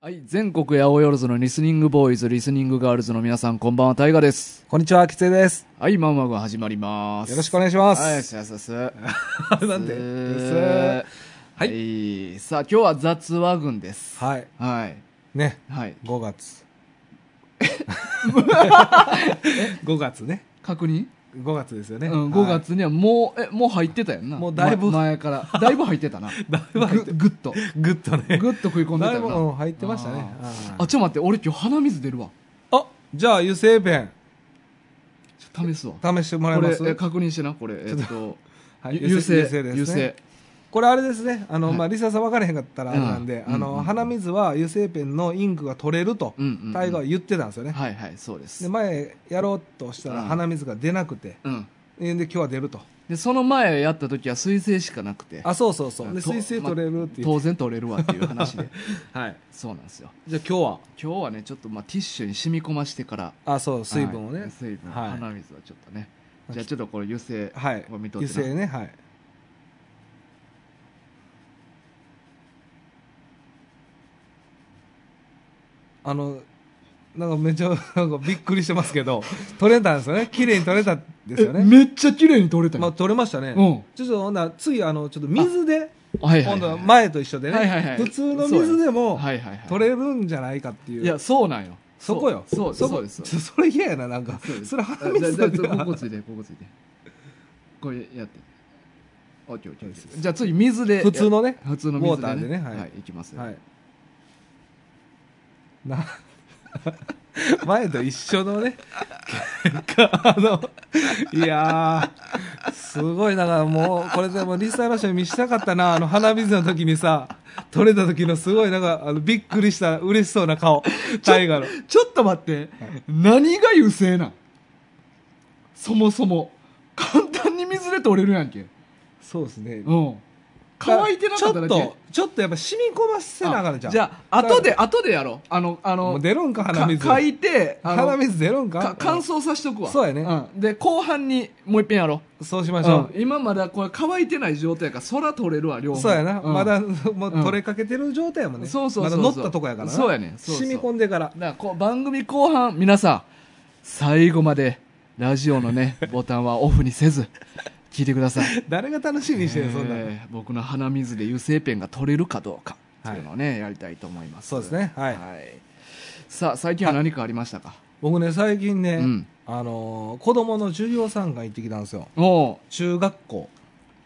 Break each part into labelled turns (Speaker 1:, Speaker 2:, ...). Speaker 1: はい、全国八百万のリスニングボーイズ、リスニングガールズの皆さん、こんばんは、タイガです。
Speaker 2: こんにちは、きつえです。
Speaker 1: はい、マウマウが始まります。
Speaker 2: よろしくお願いします。
Speaker 1: はい、すやすやす。
Speaker 2: なんでです
Speaker 1: は
Speaker 2: はい
Speaker 1: い。さあ、今日は雑話群です。
Speaker 2: はい。
Speaker 1: はい。
Speaker 2: ね、
Speaker 1: はい。
Speaker 2: 5月。5月ね。
Speaker 1: 確認
Speaker 2: 5月ですよ
Speaker 1: う
Speaker 2: ね。
Speaker 1: ん、
Speaker 2: はい
Speaker 1: 5。月にはもう、え、もう入ってたやんな。
Speaker 2: もうだいぶ
Speaker 1: ま前 から。だいぶ入ってたな。
Speaker 2: だいぶ入って
Speaker 1: ぐぐっ と。
Speaker 2: ぐっとね。
Speaker 1: ぐっと食い込んでた
Speaker 2: だい
Speaker 1: よ
Speaker 2: ぶ
Speaker 1: な。
Speaker 2: うん入ってましたね。
Speaker 1: あ、ちょっと待って、俺今日鼻水出るわ。
Speaker 2: ああ、じゃあ油性ペン、
Speaker 1: ちょっと試すわ。
Speaker 2: 試してもらい
Speaker 1: こ
Speaker 2: ま
Speaker 1: れ
Speaker 2: す、
Speaker 1: え確認してな、これ。えっと、
Speaker 2: はい
Speaker 1: 優勢。
Speaker 2: 油性ですね。これあれですね。あの、
Speaker 1: はい
Speaker 2: まあ、リサさん分からへんかったらあれなんで、
Speaker 1: うん
Speaker 2: あ
Speaker 1: うんうん
Speaker 2: の、鼻水は油性ペンのインクが取れると
Speaker 1: うんうんうん、
Speaker 2: タイガーは言ってたんですよね。
Speaker 1: はいはい、そうです。
Speaker 2: で、前やろうとしたら
Speaker 1: うん
Speaker 2: 鼻水が出なくて、
Speaker 1: うん。
Speaker 2: で、今日は出ると。
Speaker 1: で、その前やった時は水性しかなくて。
Speaker 2: あそうそうそうで
Speaker 1: と
Speaker 2: 水星取れるっていう、
Speaker 1: まあ当然取れるわっていう話で。
Speaker 2: はい
Speaker 1: そうなんです よ。
Speaker 2: じゃあ今日は
Speaker 1: 今日はね、ちょっとまあティッシュに染み込ましてから。
Speaker 2: あそう水分をね
Speaker 1: はい水分、
Speaker 2: はい
Speaker 1: 鼻水はちょっとね。じゃあちょっとこれ油性
Speaker 2: はい
Speaker 1: を見とって
Speaker 2: 油
Speaker 1: な
Speaker 2: 性ねはいあのなんかめっちゃなんかびっくりしてますけど取れたんですよね綺麗に取れたんですよ
Speaker 1: え
Speaker 2: ね
Speaker 1: めっちゃ綺麗に取れたよ
Speaker 2: まあ取れましたね、
Speaker 1: うん
Speaker 2: ちょっとほんなら次あのちょっと水で
Speaker 1: はいはい
Speaker 2: 今度は
Speaker 1: はい。
Speaker 2: 前と一緒でね、
Speaker 1: はいはいはい
Speaker 2: 普通の水でも
Speaker 1: はいはいはい。
Speaker 2: 取れるんじゃないかっていう
Speaker 1: いや、そうなんよ。
Speaker 2: そこよ。
Speaker 1: そうそうそうです。
Speaker 2: そそれ嫌やな、なんか
Speaker 1: そうで。す
Speaker 2: それ鼻
Speaker 1: じゃあ
Speaker 2: 水
Speaker 1: じゃ
Speaker 2: だ
Speaker 1: あ
Speaker 2: け
Speaker 1: ちょこ
Speaker 2: は
Speaker 1: こついてここついてこれやってオッケーオッケーオッケーじゃあ次水で
Speaker 2: 普通のね。
Speaker 1: 普通の水で、ね、
Speaker 2: ウォーターでねはい
Speaker 1: はい、いき ますよ、
Speaker 2: はい。な、 前と一緒のね、結果、あの、いやー、すごい、なんかもう、これでもリスナーの人に見したかったな、あの、鼻水の時にさ、取れた時のすごい、なんか、あの、びっくりした、嬉しそうな顔、タイガの。
Speaker 1: ちょっと待って、何が油性なんそもそも簡単に水で取れるやんけ
Speaker 2: そうですね。
Speaker 1: うん乾いてなかっただけ
Speaker 2: ちょっと、ちょっとやっぱ染み込ませながらじゃん。
Speaker 1: じゃあ後で後でやろうあのあ
Speaker 2: も
Speaker 1: の
Speaker 2: う出るんか、鼻水。
Speaker 1: か書いてあの
Speaker 2: 鼻水出るん
Speaker 1: か
Speaker 2: か
Speaker 1: 乾燥させとくわ
Speaker 2: そうやね
Speaker 1: ん、で後半にもう一遍やろう
Speaker 2: そうしましょ
Speaker 1: うん今まだこれ乾いてない状態やから空取れるわ両
Speaker 2: う。
Speaker 1: 方
Speaker 2: そうやな。
Speaker 1: ん
Speaker 2: まだ、もう
Speaker 1: うん
Speaker 2: 取れかけてる状態やもんね。
Speaker 1: そうそうそうそう
Speaker 2: まだ乗ったとこやからな。
Speaker 1: そうやねそうそう
Speaker 2: 染み込んでから
Speaker 1: だ。からこう番組後半皆さん最後までラジオの ねボタンはオフにせず聞いてください
Speaker 2: 誰が楽しみにしてるそんなの。
Speaker 1: えー僕の鼻水で油性ペンが取れるかどうかっていうのをね、やりたいと思います
Speaker 2: そうですね。は
Speaker 1: はいい、。さあ最近は何かありましたか、
Speaker 2: 僕ね、最近ね、
Speaker 1: うん
Speaker 2: あのー、子供の授業参観行ってきたんですよ。
Speaker 1: おう
Speaker 2: 中学 校。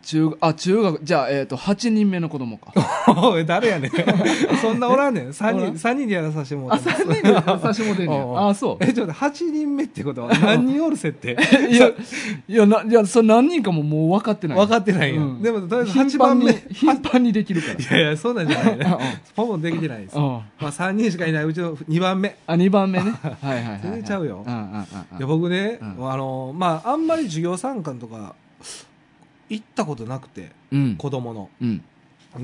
Speaker 1: 中あ中学じゃあ、えー、と8人目の子 供か
Speaker 2: おい誰やねん。 そんな おらんねん。
Speaker 1: おら
Speaker 2: 3
Speaker 1: ん
Speaker 2: 人、三人でやらさせて も
Speaker 1: あ
Speaker 2: らってます。
Speaker 1: 3人で差しも出んね
Speaker 2: おうお
Speaker 1: や
Speaker 2: う
Speaker 1: あそう
Speaker 2: え、ちょっと待って、8人目ってことは 何人おる設定
Speaker 1: いや、いや、ないや、それ何人かももう分かってない。
Speaker 2: 分かってないやん
Speaker 1: う
Speaker 2: でもとりあえず
Speaker 1: 頻
Speaker 2: 8
Speaker 1: 繁
Speaker 2: 番
Speaker 1: に
Speaker 2: 目
Speaker 1: 頻繁にできるから
Speaker 2: い。やいや、 そうなんじゃないね
Speaker 1: うんうん。
Speaker 2: ポポンできてないで す。
Speaker 1: う
Speaker 2: ま
Speaker 1: ん
Speaker 2: あ3人しかいないうちの2番目。
Speaker 1: あ、2番目ね。 はいはいはいはい。
Speaker 2: 全然ちゃうよ
Speaker 1: んんん
Speaker 2: いや
Speaker 1: うん
Speaker 2: 僕ね、
Speaker 1: うん
Speaker 2: あのまああんまり授業参観とか行ったことなくて
Speaker 1: うん。
Speaker 2: 子供の
Speaker 1: うん。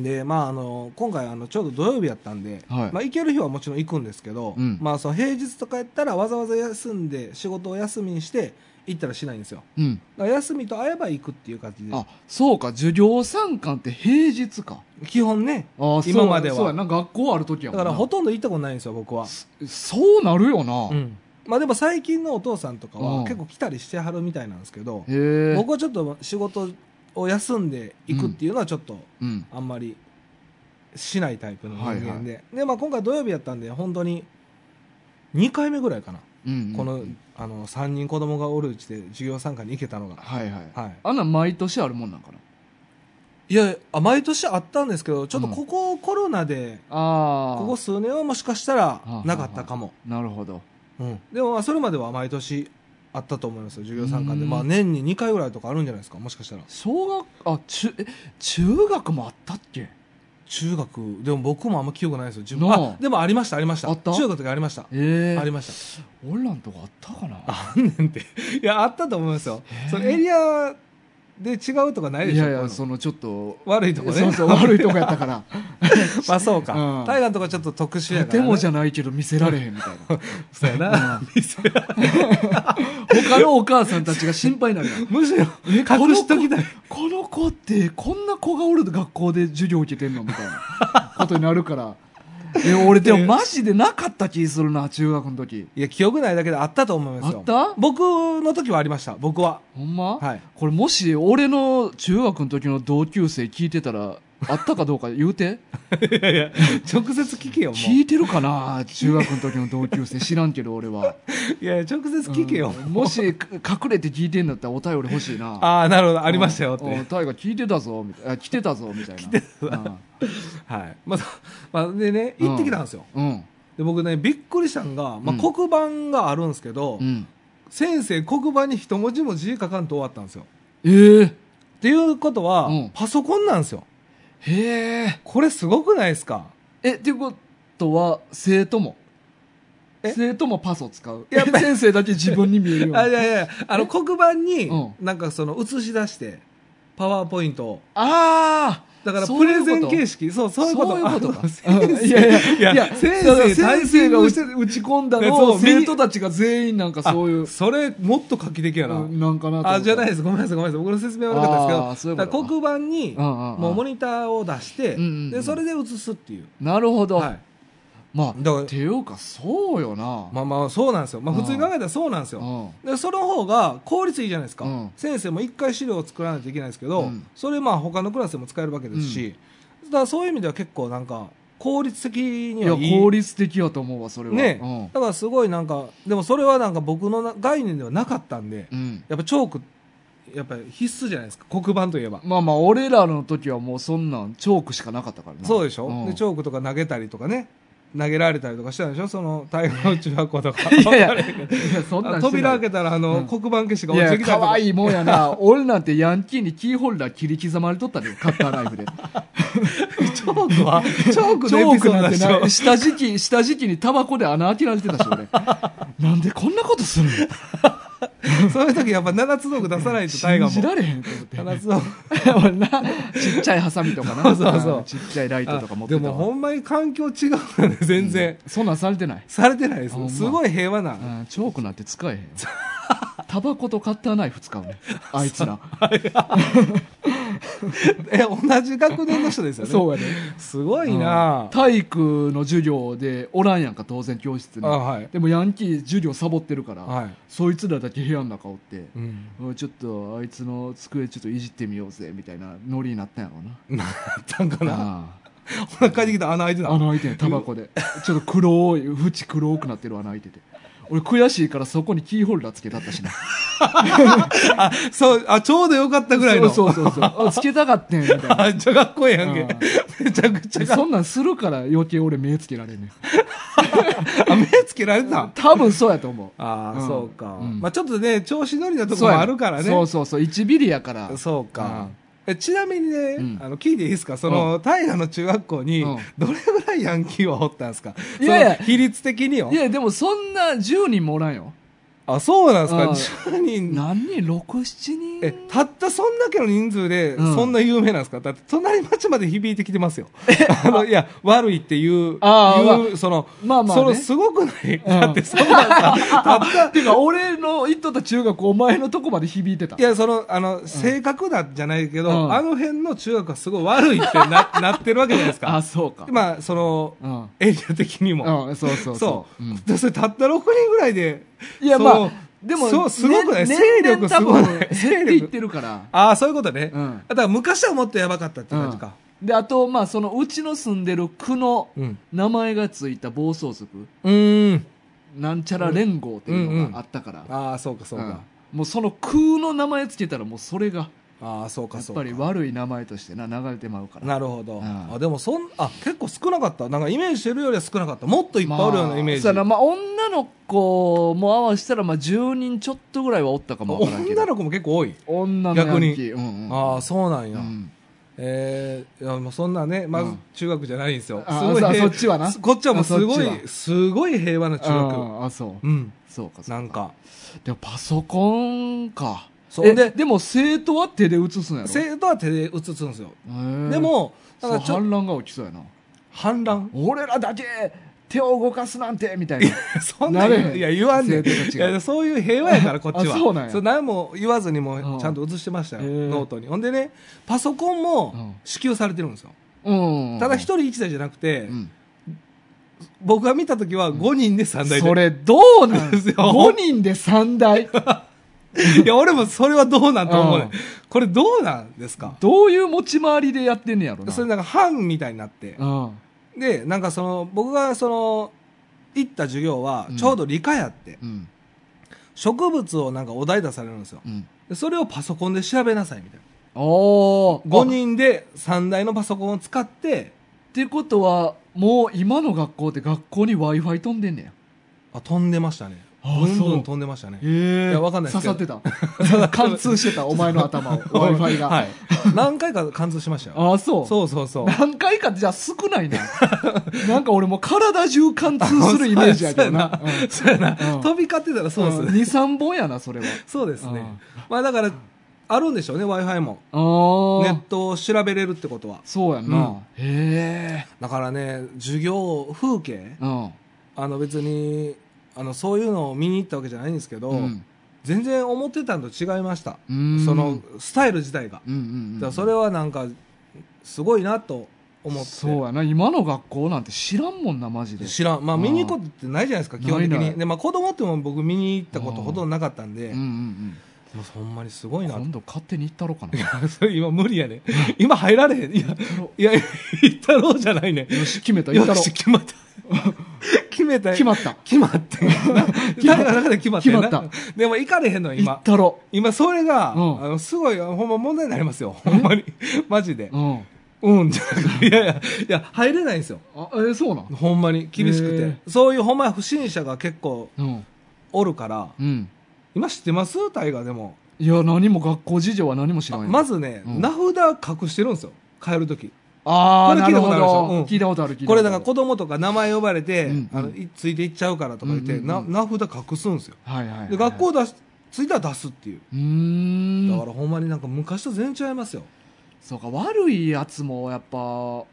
Speaker 2: でまああの今回あのちょうど土曜日やったんで、
Speaker 1: はい
Speaker 2: まあ、行ける日はもちろん行くんですけど、
Speaker 1: うん
Speaker 2: まあ、その平日とかやったらわざわざ休んで仕事を休みにして行ったらしないんですよ
Speaker 1: うん。
Speaker 2: だから休みと会えば行くっていう感じで
Speaker 1: あ、そうか、授業参観って平日か。
Speaker 2: 基本ね
Speaker 1: あそう
Speaker 2: 今までは
Speaker 1: そうやな、学校ある時や
Speaker 2: だ
Speaker 1: もん
Speaker 2: か
Speaker 1: な
Speaker 2: らほとんど行ったことないんですよ僕は、
Speaker 1: そうなるよな。
Speaker 2: うんまあ、でも最近のお父さんとか
Speaker 1: う
Speaker 2: は
Speaker 1: ん
Speaker 2: 結構来たりしてはるみたいなんですけど、
Speaker 1: へえ。
Speaker 2: 僕はちょっと仕事を休んでいくっていうのはちょっと
Speaker 1: うん。
Speaker 2: あんまりしないタイプの人間
Speaker 1: は
Speaker 2: で、
Speaker 1: いは
Speaker 2: でまあ、今回土曜日やったんで本当に2回目ぐらいかな、
Speaker 1: うんうん
Speaker 2: このあの3人子供がおるうちで授業参加に行けたのが、
Speaker 1: はいはい。
Speaker 2: はい、
Speaker 1: あんなん毎年あるもんなんかな。
Speaker 2: いやあ毎年あったんですけどちょっとここコロナで、
Speaker 1: ああ。
Speaker 2: ここ数年はもしかしたらなかったかも、
Speaker 1: なるほど。
Speaker 2: うん、でもまあそれまでは毎年あったと思いますよ授業参観で、
Speaker 1: うん
Speaker 2: まあ、年に2回ぐらいとかあるんじゃないですかもしかしたら
Speaker 1: 小学、あ、中、え中学もあったっけ
Speaker 2: 中学でも僕もあんま記憶ないですよ自
Speaker 1: なあ
Speaker 2: 分あでもありましたありました
Speaker 1: あった
Speaker 2: 中学の時ありました
Speaker 1: ええ。
Speaker 2: ありました
Speaker 1: 俺らんとこあったかな
Speaker 2: あんねんっていやあったと思いますよ
Speaker 1: へえ
Speaker 2: それエリアで違うとかないで
Speaker 1: い
Speaker 2: しょ
Speaker 1: やいや
Speaker 2: こういう
Speaker 1: そのちょっと
Speaker 2: の悪いとこね
Speaker 1: そうそう悪いとこやった から
Speaker 2: まあそうか、
Speaker 1: うん
Speaker 2: タイガーのとこちょっと特殊
Speaker 1: と
Speaker 2: やから、ね、
Speaker 1: てもじゃないけど見せられへんみたいな
Speaker 2: そうやな、
Speaker 1: 他のお母さんたちが心配になるやん
Speaker 2: むしろ
Speaker 1: え この
Speaker 2: 隠しときたい
Speaker 1: 子この 子ってこんな子がおる学校で授業受けてんのみたいなことになるからえ俺でもマジでなかった気するな中学の時
Speaker 2: いや、記憶ないだけであったと思いますよ。
Speaker 1: あった
Speaker 2: 僕の時はありました、僕は。
Speaker 1: ほんま、
Speaker 2: はい
Speaker 1: これもし俺の中学の時の同級生聞いてたらあったかどうか言う て
Speaker 2: いやいや、直接聞けよ、もう。
Speaker 1: 聞いてるかな中学の時の同級生知らんけど俺 は
Speaker 2: いやいや、直接聞けよ。
Speaker 1: うんもしか隠れて聞いてんだったらお便り欲しいな
Speaker 2: ああ、なるほど、ありましたよって。
Speaker 1: うんうんタイガ聞いてたぞみたいなあ来てたぞみたいな来てた
Speaker 2: はい。まあ、そまあ、でね、行ってきたんですよ。
Speaker 1: うん
Speaker 2: で、僕ね、びっくりしたんが、まあ、
Speaker 1: うん
Speaker 2: 黒板があるんですけど、
Speaker 1: うん
Speaker 2: 先生、黒板に一文字も字書かんと終わったんですよ。
Speaker 1: えー、
Speaker 2: っていうことは、
Speaker 1: うん
Speaker 2: パソコンなんですよ。
Speaker 1: へえ
Speaker 2: これすごくないですか
Speaker 1: えっていうことは生徒も
Speaker 2: え
Speaker 1: 生徒もパスを使う
Speaker 2: やっぱり
Speaker 1: 先生だけ自分に見えるよう
Speaker 2: あい
Speaker 1: に
Speaker 2: やいや、あの黒板に
Speaker 1: うん、
Speaker 2: なんかその映し出して、パワーポイントを。
Speaker 1: ああ
Speaker 2: だからプレゼン形
Speaker 1: 式
Speaker 2: 式、そう、そういうこと。
Speaker 1: そういうことか
Speaker 2: あの先生
Speaker 1: いやいやいや
Speaker 2: 先
Speaker 1: だから先
Speaker 2: 生、先
Speaker 1: 生
Speaker 2: 生
Speaker 1: が
Speaker 2: が
Speaker 1: 打
Speaker 2: 打
Speaker 1: ち
Speaker 2: ち、
Speaker 1: 込んだの
Speaker 2: そ
Speaker 1: を
Speaker 2: うみ
Speaker 1: 生徒たちが全員なんかそういう
Speaker 2: それ、もっと画期的やな。
Speaker 1: うんなんかなと思った
Speaker 2: あ、じゃないです。ごめんなさい、ごめんなさい。僕の説明悪かった
Speaker 1: あー
Speaker 2: です
Speaker 1: そう
Speaker 2: け
Speaker 1: いう
Speaker 2: ど、
Speaker 1: こ
Speaker 2: だ
Speaker 1: とか
Speaker 2: か
Speaker 1: ら
Speaker 2: 黒板に、
Speaker 1: うんうんうん
Speaker 2: もうモニターを出して、
Speaker 1: うんうんうん
Speaker 2: で、それで映すっていう。
Speaker 1: なるほど、
Speaker 2: はい。
Speaker 1: まあ
Speaker 2: だから
Speaker 1: ていうかそうよな、
Speaker 2: まあまあ、そうなんですよ。まあ、普通に考えたらそうなんですよ。
Speaker 1: うん
Speaker 2: で、その方が効率いいじゃないですか。
Speaker 1: うん
Speaker 2: 先生も一回資料を作らないといけないですけど、
Speaker 1: うん
Speaker 2: それまあ、他のクラスでも使えるわけですし、だからそういう意味では結構なんか、効率的
Speaker 1: い
Speaker 2: に
Speaker 1: や
Speaker 2: はいい
Speaker 1: 効率的やと思うわそれは
Speaker 2: ね、
Speaker 1: う
Speaker 2: だからすごいなんかでもそれはなんか僕のな概念ではなかったんで、
Speaker 1: ん、うん、
Speaker 2: やっぱチョークやっぱ必須じゃないですか黒板といえば、
Speaker 1: まあまあ俺らの時はもうそんなんチョークしかなかったからな
Speaker 2: そうでしょ、
Speaker 1: ん
Speaker 2: でチョークとか投げたりとかね投げられたりとかしたでしょその大河の中学校とか
Speaker 1: いやいや
Speaker 2: わかんないけど
Speaker 1: いやそんなんしてない
Speaker 2: 扉開けたらあの、
Speaker 1: うん
Speaker 2: 黒板消しが
Speaker 1: い
Speaker 2: 落
Speaker 1: や
Speaker 2: ちてきたりと
Speaker 1: 可
Speaker 2: か
Speaker 1: 愛いもんやな 俺なんてヤンキーにキーホルダー切り刻まれとったでカッターナイフで
Speaker 2: チョークはチョーク
Speaker 1: チ
Speaker 2: のエ
Speaker 1: ョー
Speaker 2: ピ
Speaker 1: ク
Speaker 2: ソー
Speaker 1: な
Speaker 2: ド
Speaker 1: ん
Speaker 2: で
Speaker 1: て
Speaker 2: し
Speaker 1: な
Speaker 2: ょ
Speaker 1: 下敷き下敷きにタバコで穴開けられてたし 俺なんでこんなことするの
Speaker 2: そういう時やっぱ七つ道具出さないと
Speaker 1: 信
Speaker 2: 大河
Speaker 1: じ
Speaker 2: も
Speaker 1: られへんと思って
Speaker 2: 七つ道具
Speaker 1: 俺なちっちゃいハサミとかな
Speaker 2: そうそうそうん
Speaker 1: ちっちゃいライトとか持っ
Speaker 2: で
Speaker 1: てた
Speaker 2: も
Speaker 1: わ
Speaker 2: ほんまに環境違うので全然、
Speaker 1: そんなんされてない、
Speaker 2: されてないです
Speaker 1: ほんま
Speaker 2: すごい平和な、
Speaker 1: うん、チョークなんて使えへんよタバコとカッターナイフ使うねあいつ ら
Speaker 2: え同じ学年の人ですよね
Speaker 1: そうやね
Speaker 2: すごいな、
Speaker 1: 体育の授業でおらんやんか当然教室に
Speaker 2: あはい
Speaker 1: でもヤンキー授業サボってるから、
Speaker 2: はい、
Speaker 1: そいつらだけ部屋の中おって、
Speaker 2: うん、
Speaker 1: うんちょっとあいつの机ちょっといじってみようぜみたいなノリになったんやろうな
Speaker 2: なったんかな
Speaker 1: あ
Speaker 2: ほら帰ってきた穴開いて
Speaker 1: あ
Speaker 2: た
Speaker 1: 穴開いてんタバコでちょっと黒い縁黒くなってる穴開いてて俺悔しいからそこにキーホルダーつけたったしな
Speaker 2: あそうあちょうどよかったぐらいの
Speaker 1: そうそうそうそうあつけたかってんみたいな
Speaker 2: あめっちゃかっこええやんけ
Speaker 1: あ
Speaker 2: めちゃくちゃかっ
Speaker 1: そんなんするから余計俺目つけら れんねん
Speaker 2: あ目つけられてた
Speaker 1: 多分そうやと思う
Speaker 2: ああ、
Speaker 1: うん
Speaker 2: そうか、
Speaker 1: うん
Speaker 2: まあちょっとね調子乗りなとこ
Speaker 1: そうや
Speaker 2: も
Speaker 1: ね
Speaker 2: あるからね
Speaker 1: そ
Speaker 2: そう
Speaker 1: うそうそう1ビリやから
Speaker 2: か、えちなみにね、
Speaker 1: ん
Speaker 2: あの聞いていいですかその大河、の中学校に
Speaker 1: うん
Speaker 2: どれぐらいヤンキーはおったんですか、
Speaker 1: いやいや
Speaker 2: その比率的によ
Speaker 1: いやでもそんな10人もおらんよ
Speaker 2: あそうなんですか、
Speaker 1: うん
Speaker 2: 10人
Speaker 1: 何人67人
Speaker 2: え、たったそんだけの人数で、
Speaker 1: うん
Speaker 2: そんな有名なんですか、だって隣町まで響いてきてますよ。 あの、いや、悪いっていう、
Speaker 1: ああ
Speaker 2: いう、その、
Speaker 1: まあまあね
Speaker 2: その、すごくない、だってそんなんさ、たった、
Speaker 1: てか俺の行っとった中学お前のとこまで響いてた
Speaker 2: いや、その、あの、性格だじゃないけど、
Speaker 1: うん
Speaker 2: あの辺の中学はすごい悪いっ てななってるわけじゃないです
Speaker 1: あ
Speaker 2: か。
Speaker 1: そうか
Speaker 2: まあ、その、
Speaker 1: うん
Speaker 2: エリア的にも。
Speaker 1: うんそうそう
Speaker 2: そう。
Speaker 1: ん
Speaker 2: でそれたった6人ぐらいで、
Speaker 1: いや
Speaker 2: そ
Speaker 1: ま
Speaker 2: の
Speaker 1: あでも
Speaker 2: そう、すごくない
Speaker 1: ね
Speaker 2: 勢力すごい
Speaker 1: 年々多。分減 っていってるから
Speaker 2: ああ、そういうことね。
Speaker 1: うん
Speaker 2: だから昔はもっとやばかったって
Speaker 1: う
Speaker 2: 感じ
Speaker 1: ん
Speaker 2: か。
Speaker 1: であとまあそのうちの住んでる区の
Speaker 2: うん
Speaker 1: 名前がついた暴走族
Speaker 2: うん。
Speaker 1: なんちゃら連合っていう
Speaker 2: うん
Speaker 1: の
Speaker 2: うん
Speaker 1: があったから
Speaker 2: ああ、そうか、そうか。
Speaker 1: うんもうその空の名前つけたらもうそれが
Speaker 2: ああ、そうか、
Speaker 1: やっ
Speaker 2: そう
Speaker 1: ぱ
Speaker 2: か。
Speaker 1: り悪い名前としてな流れてまうから
Speaker 2: なるほど。
Speaker 1: うん
Speaker 2: あ、でもそん、あ、結構少なかった。なんかイメージしてるよりは少なかった。もっといっぱいあるようなイメージ。
Speaker 1: まあそうやなまあ、女の子も合わせたらまあ10人ちょっとぐらいはおったかもわからんけど
Speaker 2: 女の子も結構多い。
Speaker 1: 女のヤンキー
Speaker 2: 逆に
Speaker 1: うんうん、
Speaker 2: ああ、そうなんや。
Speaker 1: うん
Speaker 2: えーいやもうそんなね、まず
Speaker 1: うん
Speaker 2: 中学じゃないんですよ。
Speaker 1: あ
Speaker 2: すごい
Speaker 1: あ
Speaker 2: 平
Speaker 1: そっちはな
Speaker 2: すこっちはもうすご
Speaker 1: あそっち
Speaker 2: い、すごい平和な中学。
Speaker 1: ああそう、
Speaker 2: うん。
Speaker 1: そうかそう
Speaker 2: なんか。
Speaker 1: でもパソコンか
Speaker 2: そう
Speaker 1: えで
Speaker 2: で
Speaker 1: も生徒は手で写すんやろ
Speaker 2: 生徒は手で写すんですよ。
Speaker 1: へー
Speaker 2: でも、
Speaker 1: そ
Speaker 2: な
Speaker 1: うん
Speaker 2: かちょっと、
Speaker 1: 反乱が起きそうやな
Speaker 2: 反乱
Speaker 1: 俺らだけ手を動かすなんてみたい な
Speaker 2: そんなん言
Speaker 1: なれへ
Speaker 2: うんいや、言わんねん。
Speaker 1: 生徒たち
Speaker 2: い
Speaker 1: が
Speaker 2: や、そういう平和や から、こっちは。
Speaker 1: あそうなんや
Speaker 2: 何も言わずに
Speaker 1: う
Speaker 2: も
Speaker 1: ん
Speaker 2: うちゃんと写してましたよ、
Speaker 1: へー
Speaker 2: ノートに。ほんでね、パソコン
Speaker 1: う
Speaker 2: も
Speaker 1: ん
Speaker 2: 支給されてるんですよ。
Speaker 1: うん
Speaker 2: ただ一人一台じゃなくて、
Speaker 1: うん
Speaker 2: 僕が見た時は5人で3台で。
Speaker 1: それどうなん
Speaker 2: ですよ
Speaker 1: 5人で3台。
Speaker 2: いや、俺もそれはどうなんと思うね
Speaker 1: うん
Speaker 2: ん。これどうなんですか
Speaker 1: どういう持ち回りでやってんねやろな。
Speaker 2: それなんか班みたいになって
Speaker 1: う。ん。
Speaker 2: で、なんかその、僕がその、行った授業は
Speaker 1: うん、
Speaker 2: ちょうど理科やって、
Speaker 1: うん。
Speaker 2: 植物をなんかお題出されるんですよ。
Speaker 1: うん。
Speaker 2: でそれをパソコンで調べなさいみたいな。
Speaker 1: おー。
Speaker 2: 5
Speaker 1: あっ
Speaker 2: 人で3台のパソコンを使って、
Speaker 1: てことは、もう今の学校って学校に Wi-Fi 飛んでんねや。
Speaker 2: あ、飛んでましたね。
Speaker 1: あ
Speaker 2: ブン
Speaker 1: そ
Speaker 2: ブ
Speaker 1: う
Speaker 2: ン飛んでましたね。
Speaker 1: え
Speaker 2: いやわかんないで
Speaker 1: 刺
Speaker 2: すけ
Speaker 1: さっ
Speaker 2: ど
Speaker 1: てた。 貫通してた、お前の頭を。Wi-Fi が。
Speaker 2: はい。何回か貫通しましたよ。
Speaker 1: ああ、そう。
Speaker 2: そうそうそう。
Speaker 1: 何回かじゃあ少ない な。なんか俺もう体中貫通するイメージやけどな。うん
Speaker 2: そうやな。
Speaker 1: うん
Speaker 2: 飛び交ってたらそうですね。
Speaker 1: ん二三本やな、それは。
Speaker 2: そうですね。
Speaker 1: うん
Speaker 2: まあだから、あるんでしょうね、Wi-Fi も。ネ
Speaker 1: あ
Speaker 2: ッ
Speaker 1: あ。
Speaker 2: トを調べれるってことは。
Speaker 1: そうやん
Speaker 2: うん
Speaker 1: な。へえ。
Speaker 2: だからね、授業風景、
Speaker 1: うん。
Speaker 2: あの別に、あのそういうのを見に行ったわけじゃないんですけど、
Speaker 1: うん
Speaker 2: 全然思ってたんと違いました。
Speaker 1: うん
Speaker 2: そのスタイル自体が。
Speaker 1: うんうんうん。
Speaker 2: だからそれはなんか、すごいなと思って。
Speaker 1: そうやな。今の学校なんて知らんもんな、マジで。
Speaker 2: 知らん。まあ
Speaker 1: うん
Speaker 2: 見に行くことってないじゃないですか、基本的に。
Speaker 1: ないない
Speaker 2: で、まあ子供っても僕見に行ったことほとんどなかったんで、
Speaker 1: うんうん
Speaker 2: もうほんまにすご
Speaker 1: う
Speaker 2: い
Speaker 1: ん。
Speaker 2: なと
Speaker 1: 今度勝手に行ったろかな。
Speaker 2: それ今無理やね。今入られへん。いや、いや、言ったろうじゃないね。
Speaker 1: よし、決めた、行ったろ。
Speaker 2: よし決まった。決め た。
Speaker 1: 決まった。
Speaker 2: 決まってんな。
Speaker 1: 決まった
Speaker 2: だから中で決まったよな
Speaker 1: 決まっ
Speaker 2: でも行かれへんの、
Speaker 1: 行っ
Speaker 2: 今。
Speaker 1: たろ。
Speaker 2: 今それが、
Speaker 1: うん
Speaker 2: あのすごい、ほんま問題になりますよ。ほんまに。マジで
Speaker 1: う。ん。
Speaker 2: うん、じゃなくていやいや、いや、入れないんですよ。
Speaker 1: あ、えー、そうなん。
Speaker 2: ほんまに、厳しく
Speaker 1: へ
Speaker 2: て。そういうほんま不審者が結構
Speaker 1: うん。
Speaker 2: おるから、
Speaker 1: うん。
Speaker 2: 今知ってます大河でも。
Speaker 1: いや、何も学校事情は何も知らんよ。
Speaker 2: まずね、
Speaker 1: うん
Speaker 2: 名札隠してるんですよ。帰るとき。
Speaker 1: ああ、
Speaker 2: こ
Speaker 1: な
Speaker 2: れ聞
Speaker 1: る
Speaker 2: いた
Speaker 1: ほ
Speaker 2: ことあるでしょうん
Speaker 1: ど。聞いたことある、聞いた
Speaker 2: こ
Speaker 1: とあ
Speaker 2: れ
Speaker 1: る
Speaker 2: だから子供とか名前呼ばれて、
Speaker 1: うんうん
Speaker 2: あのいついていっちゃうからとか言って、
Speaker 1: うんうんうん
Speaker 2: な名札隠すんですよ
Speaker 1: はいはいはい。
Speaker 2: で学校出しついたら出すっていう
Speaker 1: うーん。
Speaker 2: だからほんまになんか昔と全然違いますよ
Speaker 1: そうか、悪いやつもやっぱ、増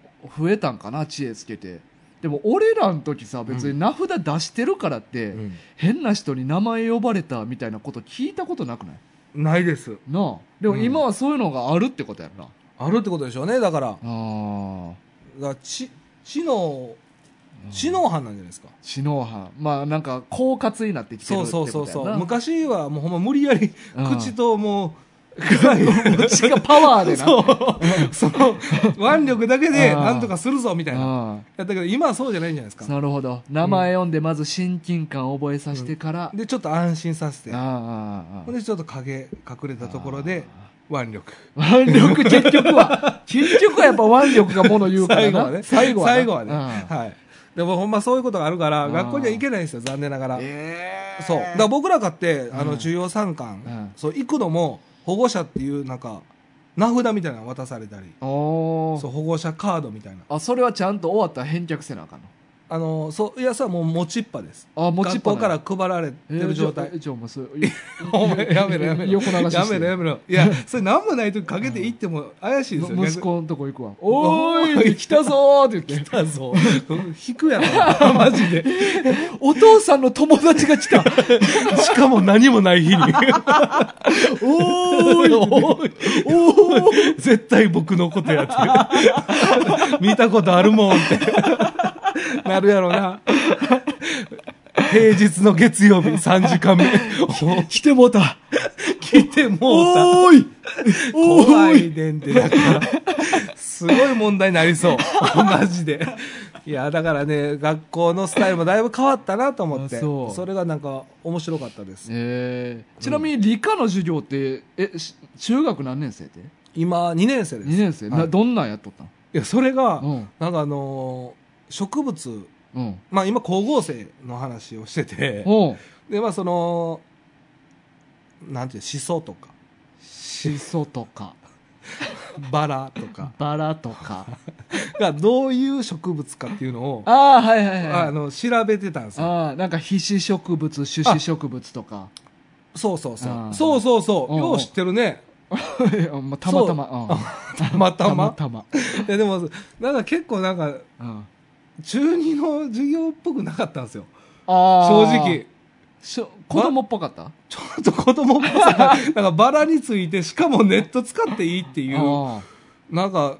Speaker 1: えたんかな、知恵つけて。でも俺らの時さ、別に名札出してるからって、変な人に名前呼ばれたみたいなこと聞いたことなくない
Speaker 2: ないです
Speaker 1: なあ。でも今はそういうのがあるってことやろな。
Speaker 2: あるってことでしょうねだからだか
Speaker 1: ああ。
Speaker 2: ら知知能知能犯なんじゃないですか
Speaker 1: 知能犯。まあなんか、狡猾になってきてる
Speaker 2: そ
Speaker 1: っ
Speaker 2: う
Speaker 1: て
Speaker 2: そ
Speaker 1: こ
Speaker 2: う
Speaker 1: と
Speaker 2: そう
Speaker 1: やろ
Speaker 2: そう
Speaker 1: な。
Speaker 2: 昔はもうほんま無理やり
Speaker 1: うん
Speaker 2: 口とも う
Speaker 1: 口がパワーでな。
Speaker 2: そうその腕力だけで
Speaker 1: うん
Speaker 2: なんとかするぞみたいな
Speaker 1: あ
Speaker 2: だけど今はそうじゃないんじゃないです
Speaker 1: あ
Speaker 2: か
Speaker 1: なるほど。名前読んでまず親近感を覚えさせてから、
Speaker 2: でちょっと安心させて
Speaker 1: あ
Speaker 2: ほんでちょっと影隠れたところで腕力
Speaker 1: 腕力、結局 は、結局はやっぱ腕力がもの言うから
Speaker 2: 最後は
Speaker 1: な。
Speaker 2: ね
Speaker 1: 最後はな。
Speaker 2: ねはいでもほんまそういうことがあるから
Speaker 1: うん
Speaker 2: 学校には行けないんですよ残念ながら
Speaker 1: え
Speaker 2: そうだから僕らかってあの授業参
Speaker 1: うん
Speaker 2: 観そう行くのも保護者っていうなんか名札みたいなの渡されたり
Speaker 1: おー
Speaker 2: そう保護者カードみたいな
Speaker 1: あ、それはちゃんと終わったら返却せなあかんの。
Speaker 2: あのそういやそれはもう持ちっぱです
Speaker 1: あ、持ちっぱ
Speaker 2: 学校
Speaker 1: な
Speaker 2: か
Speaker 1: い
Speaker 2: ら配られてる状態
Speaker 1: えーじゃあえじゃあもうそれ
Speaker 2: お前やめろやめろ
Speaker 1: 横流しして
Speaker 2: やめろやめろいやそれ何もない時かけて行っても怪しいですよ
Speaker 1: の息子のとこ行くわ。おーい、来たぞーって言って。
Speaker 2: だぞ 引くやろ マジで
Speaker 1: お父さんの友達が来た。
Speaker 2: しかも何もない日に。
Speaker 1: おーい。
Speaker 2: おい
Speaker 1: おーい。
Speaker 2: 絶対僕のことやって る。見たことあるもんって。なるやろな。平日の月曜日3時 間目。お
Speaker 1: 来てもうた。
Speaker 2: 来てもうた。
Speaker 1: おーい。 お
Speaker 2: 怖
Speaker 1: ーい。
Speaker 2: いねんって。だからすごい問題になり そう。マジで。いや、だからね、学校のスタイルもだいぶ変わったなと思って。
Speaker 1: あそう
Speaker 2: それがなんか面白かったです。
Speaker 1: えーちなみに理科の授業って、え、し中学何年生って
Speaker 2: 今、2年生です。
Speaker 1: 二年生、
Speaker 2: は
Speaker 1: ないどんなんやっとったん
Speaker 2: いや、それが、
Speaker 1: うん
Speaker 2: なんかあのー植物、
Speaker 1: うん。
Speaker 2: まあ今、光合成の話をしてて、
Speaker 1: おう
Speaker 2: で、まあその、なんていう、シソとか、
Speaker 1: しそとか、
Speaker 2: バラとか
Speaker 1: バラとか。
Speaker 2: がどういう植物かっていうのを、あ
Speaker 1: ああ、はいはいはい。
Speaker 2: の、調べてたんですよ。
Speaker 1: ああ、なんか皮脂植物、種子植物とか。
Speaker 2: そうそうそ
Speaker 1: あー
Speaker 2: う。そうそうそ
Speaker 1: おう
Speaker 2: う。
Speaker 1: おう
Speaker 2: よう知ってるね。
Speaker 1: まあたまたま。
Speaker 2: たま
Speaker 1: うん
Speaker 2: たま。
Speaker 1: たま
Speaker 2: いやでも、なんか結構なんか、
Speaker 1: たま。うん
Speaker 2: 中二の授業っぽくなかったんですよ。
Speaker 1: あ
Speaker 2: 正
Speaker 1: ー
Speaker 2: 直。。
Speaker 1: しょ子供っぽかった
Speaker 2: ちょっと子供っぽさが、なんかバラについて、しかもネット使っていいっていう、
Speaker 1: あー
Speaker 2: なんか、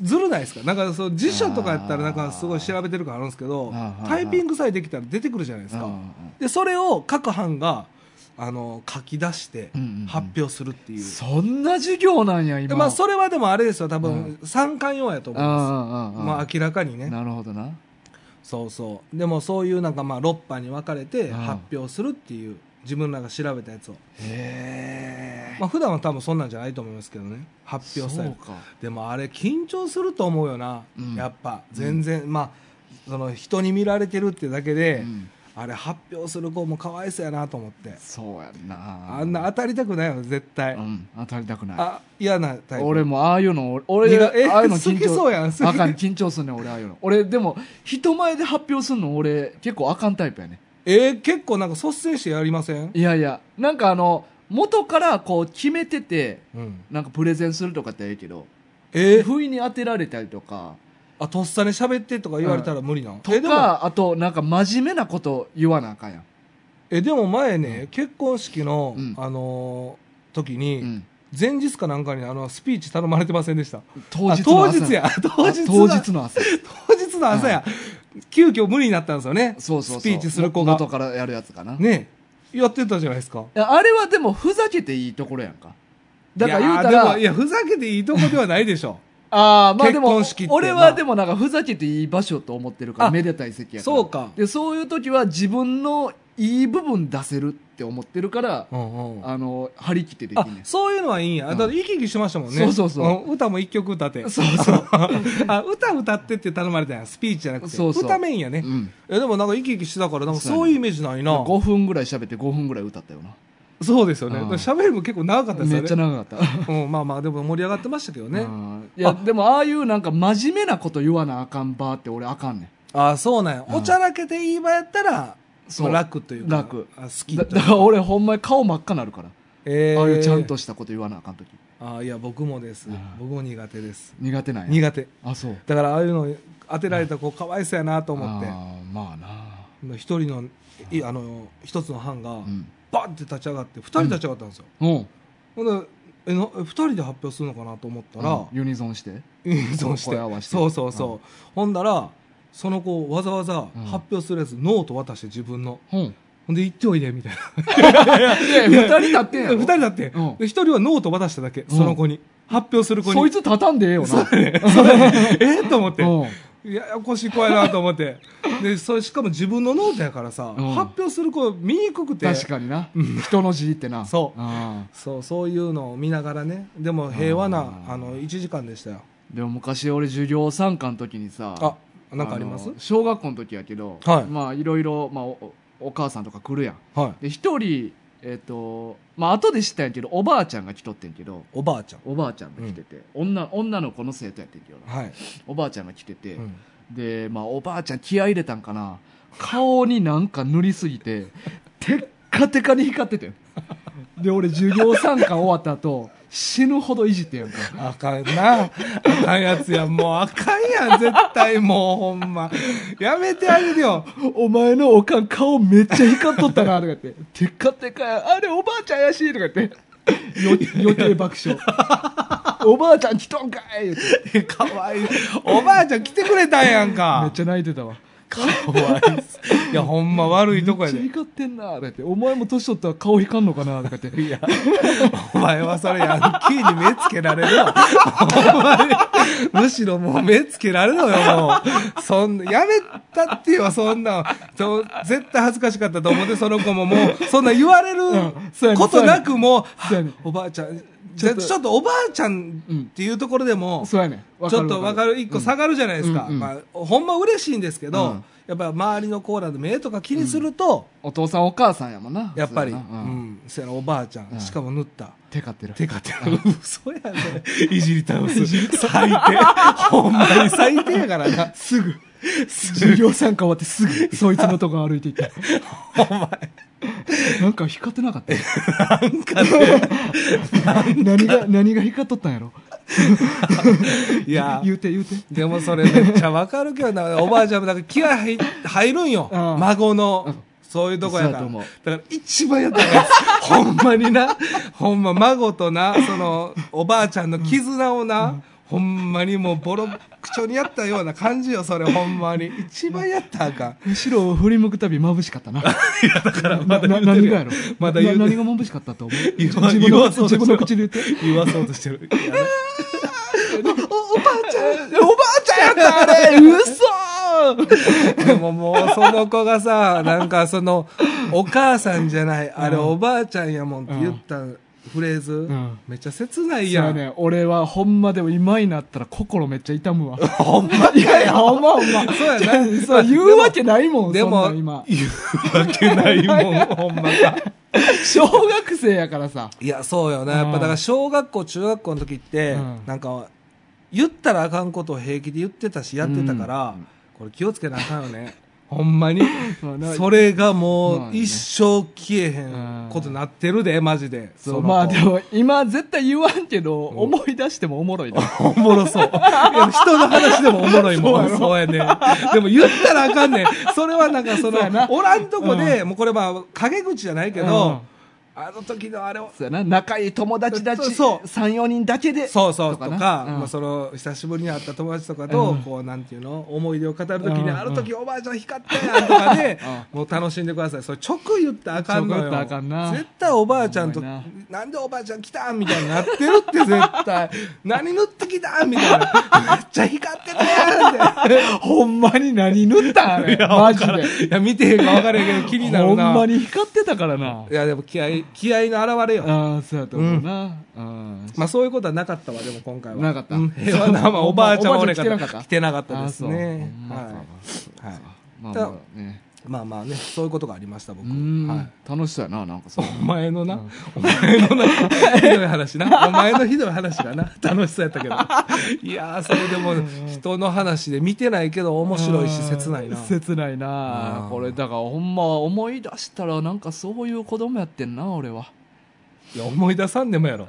Speaker 2: ずるないですかなんかそう辞書とかやったらなんかすごい調べてる感あるんですけど
Speaker 1: あーあーあー
Speaker 2: タイピングさえできたら出てくるじゃないですかでそれを各班があの書き出して
Speaker 1: うんうんうん
Speaker 2: 発表するっていう、
Speaker 1: そんな授業なんや
Speaker 2: で
Speaker 1: 今
Speaker 2: まあ、それはでもあれですよ多
Speaker 1: うん
Speaker 2: 分三冠用やと思います
Speaker 1: あ
Speaker 2: まあ明らかにね
Speaker 1: なるほどな
Speaker 2: そうそうでもそういうなんかまあ6班に分かれて
Speaker 1: うん
Speaker 2: 発表するっていう自分らが調べたやつを、
Speaker 1: へ
Speaker 2: まあ普段は多分そんなんじゃないと思いますけどね発表スタイル
Speaker 1: か
Speaker 2: でもあれ緊張すると思うよな、
Speaker 1: うん
Speaker 2: やっぱ全然、まあその人に見られてるってだけで、
Speaker 1: うん
Speaker 2: あれ発表する子もかわいそうやなと思って
Speaker 1: そうやんな
Speaker 2: あんな当たりたくないよ絶対、
Speaker 1: うん当たりたくない
Speaker 2: あ嫌なタイプ
Speaker 1: 俺もああいうの俺
Speaker 2: 苦
Speaker 1: 俺
Speaker 2: え
Speaker 1: ああいうの
Speaker 2: 好きそうやん好き
Speaker 1: あかん緊張すんねん俺ああいうの俺でも人前で発表すんの俺結構あかんタイプやね
Speaker 2: えー結構なんか率先してやりません、
Speaker 1: いやいやなんかあの元からこう決めてて
Speaker 2: うん、
Speaker 1: なんかプレゼンするとかってええけど
Speaker 2: えー
Speaker 1: 不意に当てられたりとか
Speaker 2: あとっさに喋ってとか言われたら無理なの、
Speaker 1: と
Speaker 2: えでも
Speaker 1: かあとなんか真面目なこと言わなあかんやん
Speaker 2: えでも前ね、結婚式の、
Speaker 1: うん
Speaker 2: あのー時に、
Speaker 1: うん
Speaker 2: 前日かなんかにあのスピーチ頼まれてませんでした
Speaker 1: 当日
Speaker 2: あ
Speaker 1: の
Speaker 2: 当
Speaker 1: 朝
Speaker 2: 日や 当日
Speaker 1: あ
Speaker 2: だ
Speaker 1: 当日の朝
Speaker 2: 当日の朝や、急遽無理になったんですよね
Speaker 1: そうそうそう
Speaker 2: スピーチする子が
Speaker 1: 元からやるやつかな、
Speaker 2: ねやってたじゃないですか
Speaker 1: いやあれはでもふざけていいところやんかだから言うた
Speaker 2: いやーで
Speaker 1: ら
Speaker 2: もいやふざけていいとこではないで しょ
Speaker 1: ああまあで
Speaker 2: 結
Speaker 1: も
Speaker 2: 婚式って
Speaker 1: 俺
Speaker 2: ま
Speaker 1: は
Speaker 2: あ
Speaker 1: でもなんかふざけていい場所と思ってるから
Speaker 2: あ
Speaker 1: めでたい席やから
Speaker 2: そうか
Speaker 1: でそういう時は自分のいい部分出せるって思ってるから、
Speaker 2: うんうんあ
Speaker 1: あの張り切ってできんねん
Speaker 2: そういうのはいいんや、
Speaker 1: うん
Speaker 2: だって生き生きしましたもんね
Speaker 1: そうそうそうん
Speaker 2: 歌も一曲歌って
Speaker 1: そうそう
Speaker 2: あ歌歌ってって頼まれたんやスピーチじゃなくて
Speaker 1: そうそう
Speaker 2: 歌メインやね、
Speaker 1: う
Speaker 2: い
Speaker 1: ん、
Speaker 2: やでもなんか生き生きしてたからなんかそういうイメージないな
Speaker 1: 5分ぐらい喋って5分ぐらい歌ったよな
Speaker 2: そうですよね
Speaker 1: うん
Speaker 2: 喋るも結構長かったです
Speaker 1: め
Speaker 2: よ
Speaker 1: っちゃ
Speaker 2: ね
Speaker 1: 長かった
Speaker 2: うんまあまあでも盛り上がってましたけどね、
Speaker 1: うんいや
Speaker 2: あ
Speaker 1: でもああいうなんか真面目なこと言わなあかんバーって俺あかんねん
Speaker 2: ああそうなんや、
Speaker 1: うん
Speaker 2: おちゃらけていい場やったら
Speaker 1: そう
Speaker 2: まあ楽というか
Speaker 1: 楽
Speaker 2: あ好き
Speaker 1: だ
Speaker 2: という
Speaker 1: だから俺ほんまに顔真っ赤なるから、
Speaker 2: えー
Speaker 1: ああいうちゃんとしたこと言わなあかん時
Speaker 2: ああいや僕もです
Speaker 1: うん
Speaker 2: 僕も苦手です
Speaker 1: 苦手なんや
Speaker 2: 苦手
Speaker 1: あそう
Speaker 2: だからああいうの当てられた子かわいそうやなと
Speaker 1: と
Speaker 2: 思って
Speaker 1: まあな
Speaker 2: 一人のいあの一つの班が
Speaker 1: うん
Speaker 2: バッて立ち上がって二人立ち上がったんですよ、
Speaker 1: うん
Speaker 2: ほんでえな二人で発表するのかなと思ったら、
Speaker 1: うんユニゾンして
Speaker 2: ユニゾンして
Speaker 1: 声合わせて
Speaker 2: そうそうそう、ほんだらその子わざわざ発表するやつ、ノート渡して自分の
Speaker 1: うん
Speaker 2: ほんで行っておいでみたい
Speaker 1: 2人立ってん
Speaker 2: な
Speaker 1: やろ
Speaker 2: 二人だって
Speaker 1: うん
Speaker 2: で一人はノート渡しただけその子に、発表する子に
Speaker 1: そいつ畳んでええよな
Speaker 2: そうやね そうやねえーと思って
Speaker 1: うん
Speaker 2: ややこしい子やなと思ってでそれしかも自分のノートやからさ、
Speaker 1: うん
Speaker 2: 発表する子見にくくて
Speaker 1: 確かにな人の字ってな
Speaker 2: そう
Speaker 1: あ
Speaker 2: そうそういうのを見ながらねでも平和な
Speaker 1: あ
Speaker 2: あ
Speaker 1: ー
Speaker 2: の1時間でしたよ
Speaker 1: あでも昔俺授業参観の時にさ
Speaker 2: あなんかあります
Speaker 1: の小学校の時やけど
Speaker 2: はい
Speaker 1: まあいろいろまあおお母さんとか来るやん
Speaker 2: はい
Speaker 1: で一人えっとまあ後で知ったんやけどおばあちゃんが来とってんけど
Speaker 2: おばあちゃん
Speaker 1: おばあちゃんが来てて女女の子の生徒やってんけどな
Speaker 2: はい、
Speaker 1: おばあちゃんが来てて
Speaker 2: うん
Speaker 1: で、まあ、おばあちゃん気合い入れたんかな顔になんか塗りすぎてテッカテカに光っててんで俺授業参観終わった後死ぬほどいじってんやんか
Speaker 2: あかんな。あかんやつや。もうあかんやん、絶対もう、ほんま。やめてあげるよ。
Speaker 1: お前のおかん顔めっちゃ光っとったなとか言っ てテッカテカやあれおばあちゃんやしとか言ってよ予定爆 笑おばあちゃん来とんかい言って
Speaker 2: かわいい。おばあちゃん来てくれたんやん
Speaker 1: めっ
Speaker 2: か。
Speaker 1: ちゃ泣いてたわ
Speaker 2: かわい い。いや、ほんま悪いとこ
Speaker 1: めっ
Speaker 2: や
Speaker 1: ちゃ
Speaker 2: で。
Speaker 1: 光ってんなとか言ってお前も年取ったら顔光んのかなとか言って
Speaker 2: いや、お前はそれヤンキーに目つけられるわ。お前むしろもう目つけられろよ、もう。そんな、やめたってよ、そんな。そう絶対恥ずかしかったと思って、その子ももう、そんな言われる
Speaker 1: んそうやね
Speaker 2: ことなくもう、
Speaker 1: そうやね
Speaker 2: はあおばあちゃん、
Speaker 1: ち
Speaker 2: ち
Speaker 1: ょっ
Speaker 2: ょ
Speaker 1: と
Speaker 2: ちょっとおばあちゃんっていうところでも、
Speaker 1: そうやねんわ
Speaker 2: ちょっとわかる、一個下がるじゃないですか。
Speaker 1: うんうん
Speaker 2: まあ、ほんま嬉しいんですけど、
Speaker 1: うん
Speaker 2: やっぱ周りのコーラの目とか気にすると、
Speaker 1: お父さんお母さんやもんな
Speaker 2: やっぱり、う
Speaker 1: そうやなうん
Speaker 2: ん、そやなおばあちゃん、
Speaker 1: うん
Speaker 2: しかも塗った。
Speaker 1: 手勝ってる
Speaker 2: てかてか、嘘やね。いじり倒す。最低。ほんまに最低やからな。
Speaker 1: すぐ授業参加終わってすぐそいつのとこ歩いていって
Speaker 2: お前。
Speaker 1: なんか光ってなかった
Speaker 2: なんかね。
Speaker 1: 何が何が光っとったんやろ
Speaker 2: いや。
Speaker 1: 言うて言うて
Speaker 2: でもそれめっちゃわかるけどな。おばあちゃんもなんか気合入入るんよ。
Speaker 1: うん
Speaker 2: 孫の。そういうとこやから。
Speaker 1: そうやと思う
Speaker 2: だから一番やったら、ほんまにな。ほんま孫とな、その、おばあちゃんの絆をな、ほんまにもうボロクチョにやったような感じよそれほんまに一番やったらあかん
Speaker 1: むしろ振り向くたび眩しか ったな。
Speaker 2: だから
Speaker 1: なな何がやろ
Speaker 2: まだ言うて
Speaker 1: な
Speaker 2: る
Speaker 1: 何が眩しかったと思う
Speaker 2: 言
Speaker 1: 自
Speaker 2: わ
Speaker 1: 分
Speaker 2: 言
Speaker 1: の
Speaker 2: わそうと
Speaker 1: 自
Speaker 2: してる
Speaker 1: 分の口で言って。
Speaker 2: 言わそうとしてるいや
Speaker 1: おおばあちゃん、おばあちゃんやったあれ、嘘
Speaker 2: でももうその子がさ、なんかその、お母さんじゃない、あれおばあちゃんやもんって言ったフレーズ、
Speaker 1: ん
Speaker 2: めっちゃ切ない
Speaker 1: い
Speaker 2: や
Speaker 1: や
Speaker 2: ん。
Speaker 1: ね、俺はほんまでも今になったら心めっちゃ痛む わ。
Speaker 2: ほんま
Speaker 1: いやいや、ほんまほんま。
Speaker 2: そうやな
Speaker 1: じゃあそう言うわけないもん、
Speaker 2: で
Speaker 1: そん
Speaker 2: も、
Speaker 1: なん
Speaker 2: 言う
Speaker 1: 今
Speaker 2: わ。けないもん、ほんまか。
Speaker 1: 小学生やからさ。
Speaker 2: いや、そうよな。やっぱだから小学校、中学校の時って、
Speaker 1: うん
Speaker 2: なんか、言ったらあかんことを平気で言ってたし、やってたから、これ気をつけなあかんよね。 ほんまに。
Speaker 1: まあな
Speaker 2: それがも
Speaker 1: まあ
Speaker 2: う
Speaker 1: ね
Speaker 2: 一生消えへんことなってるで、マジで。
Speaker 1: そ
Speaker 2: の
Speaker 1: う
Speaker 2: 子
Speaker 1: まあでも今絶対言わんけど、思い出してもおもろ いな。
Speaker 2: おもろそう。いや人の話でもおもろいもん。そうやね。でも言ったらあかんねん。それはなんかその
Speaker 1: そうやな、
Speaker 2: おらんとこで、もうこれまあ、陰口じゃないけ
Speaker 1: うん
Speaker 2: ど、あの時のあれを、
Speaker 1: そうやな、仲いい友達たち、
Speaker 2: そ
Speaker 1: 3
Speaker 2: う、
Speaker 1: 4人だけで。
Speaker 2: そうそうとか、
Speaker 1: なうん
Speaker 2: まあその、久しぶりに会った友達とかと、
Speaker 1: うん
Speaker 2: こう、なんていうの、思い出を語るときに、
Speaker 1: うん
Speaker 2: あの時おばあちゃん光ったやんとかで、もう楽しんでください。それ直言ったらあかんのよ。
Speaker 1: 直言ったらあかんな
Speaker 2: 絶対おばあちゃんと、
Speaker 1: ほんまや
Speaker 2: なんでおばあちゃん来たんみたいになってるって 絶対。何塗ってきたんみたいな。めっちゃ光ってたやんって。
Speaker 1: ほんまに何塗ったんあれマジで。
Speaker 2: いや、見てへんか分からへんけど、気にな
Speaker 1: ほ
Speaker 2: る
Speaker 1: ん
Speaker 2: な。
Speaker 1: まに光ってたからな。
Speaker 2: いや、でも気合い、気合いの表れよ。
Speaker 1: ああ、そうやと思うな。うん。
Speaker 2: まあ、そういうことはなかったわ、でも今回は。
Speaker 1: なかった
Speaker 2: うん平和な、まあ、おばあちゃんは俺が
Speaker 1: おばあちゃん来てなかった
Speaker 2: 来てなかった
Speaker 1: あ
Speaker 2: で
Speaker 1: あ
Speaker 2: す
Speaker 1: そう
Speaker 2: ね。
Speaker 1: ほんまか
Speaker 2: は
Speaker 1: そうか
Speaker 2: はい
Speaker 1: まあまあね。
Speaker 2: い。まあまあね、そういうことがありました、
Speaker 1: う
Speaker 2: 僕。
Speaker 1: ん
Speaker 2: はい。
Speaker 1: 楽しそうやな、なんかそう。
Speaker 2: お前のな、お前のな、 ひどい話な、お前のひどい話が な、楽しそうやったけど。いやー、それでも、人の話で見てないけど、面白いし、切ないな。
Speaker 1: 切ない
Speaker 2: あ
Speaker 1: な
Speaker 2: ー
Speaker 1: これだからほんま思い出したらなんかそういう子供やってんな俺はい
Speaker 2: や、思い出さんでもや ろ。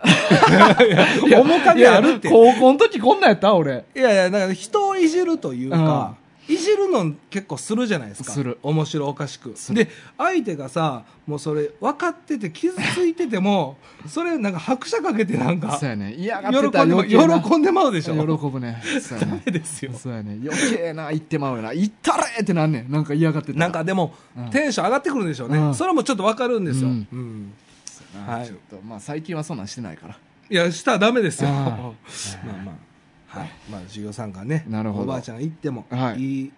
Speaker 2: いや面影あるって
Speaker 1: いや。高校の時こんなんやった俺
Speaker 2: いやいや、だから人をいじるというか、いじるの結構するじゃないですか。
Speaker 1: する
Speaker 2: 面白おかしく。で、相手がさ、もうそれ分かってて傷ついてても、 それなんか拍車かけてなんか、
Speaker 1: そうやね嫌がってた
Speaker 2: 喜んで
Speaker 1: ら
Speaker 2: も、
Speaker 1: 余計な
Speaker 2: 喜んでまうでしょ。
Speaker 1: 喜ぶねそうやね
Speaker 2: ダメですよ。
Speaker 1: そうやね余計な言ってまうよな言ったれってなんねんなんか嫌がってたら
Speaker 2: なんかでも、
Speaker 1: うん
Speaker 2: テンション上がってくるんでしょうね。
Speaker 1: うん
Speaker 2: それもちょっと分かるんですよ。
Speaker 1: うん
Speaker 2: うん
Speaker 1: そうやな
Speaker 2: はい
Speaker 1: ちょっとまあ最近はそんなんしてないから
Speaker 2: いや、したらダメですよ。
Speaker 1: ああ
Speaker 2: まあまあ。はい。まあ、授業参観ね。
Speaker 1: なるほど
Speaker 2: おばあちゃん行っても、
Speaker 1: はい
Speaker 2: い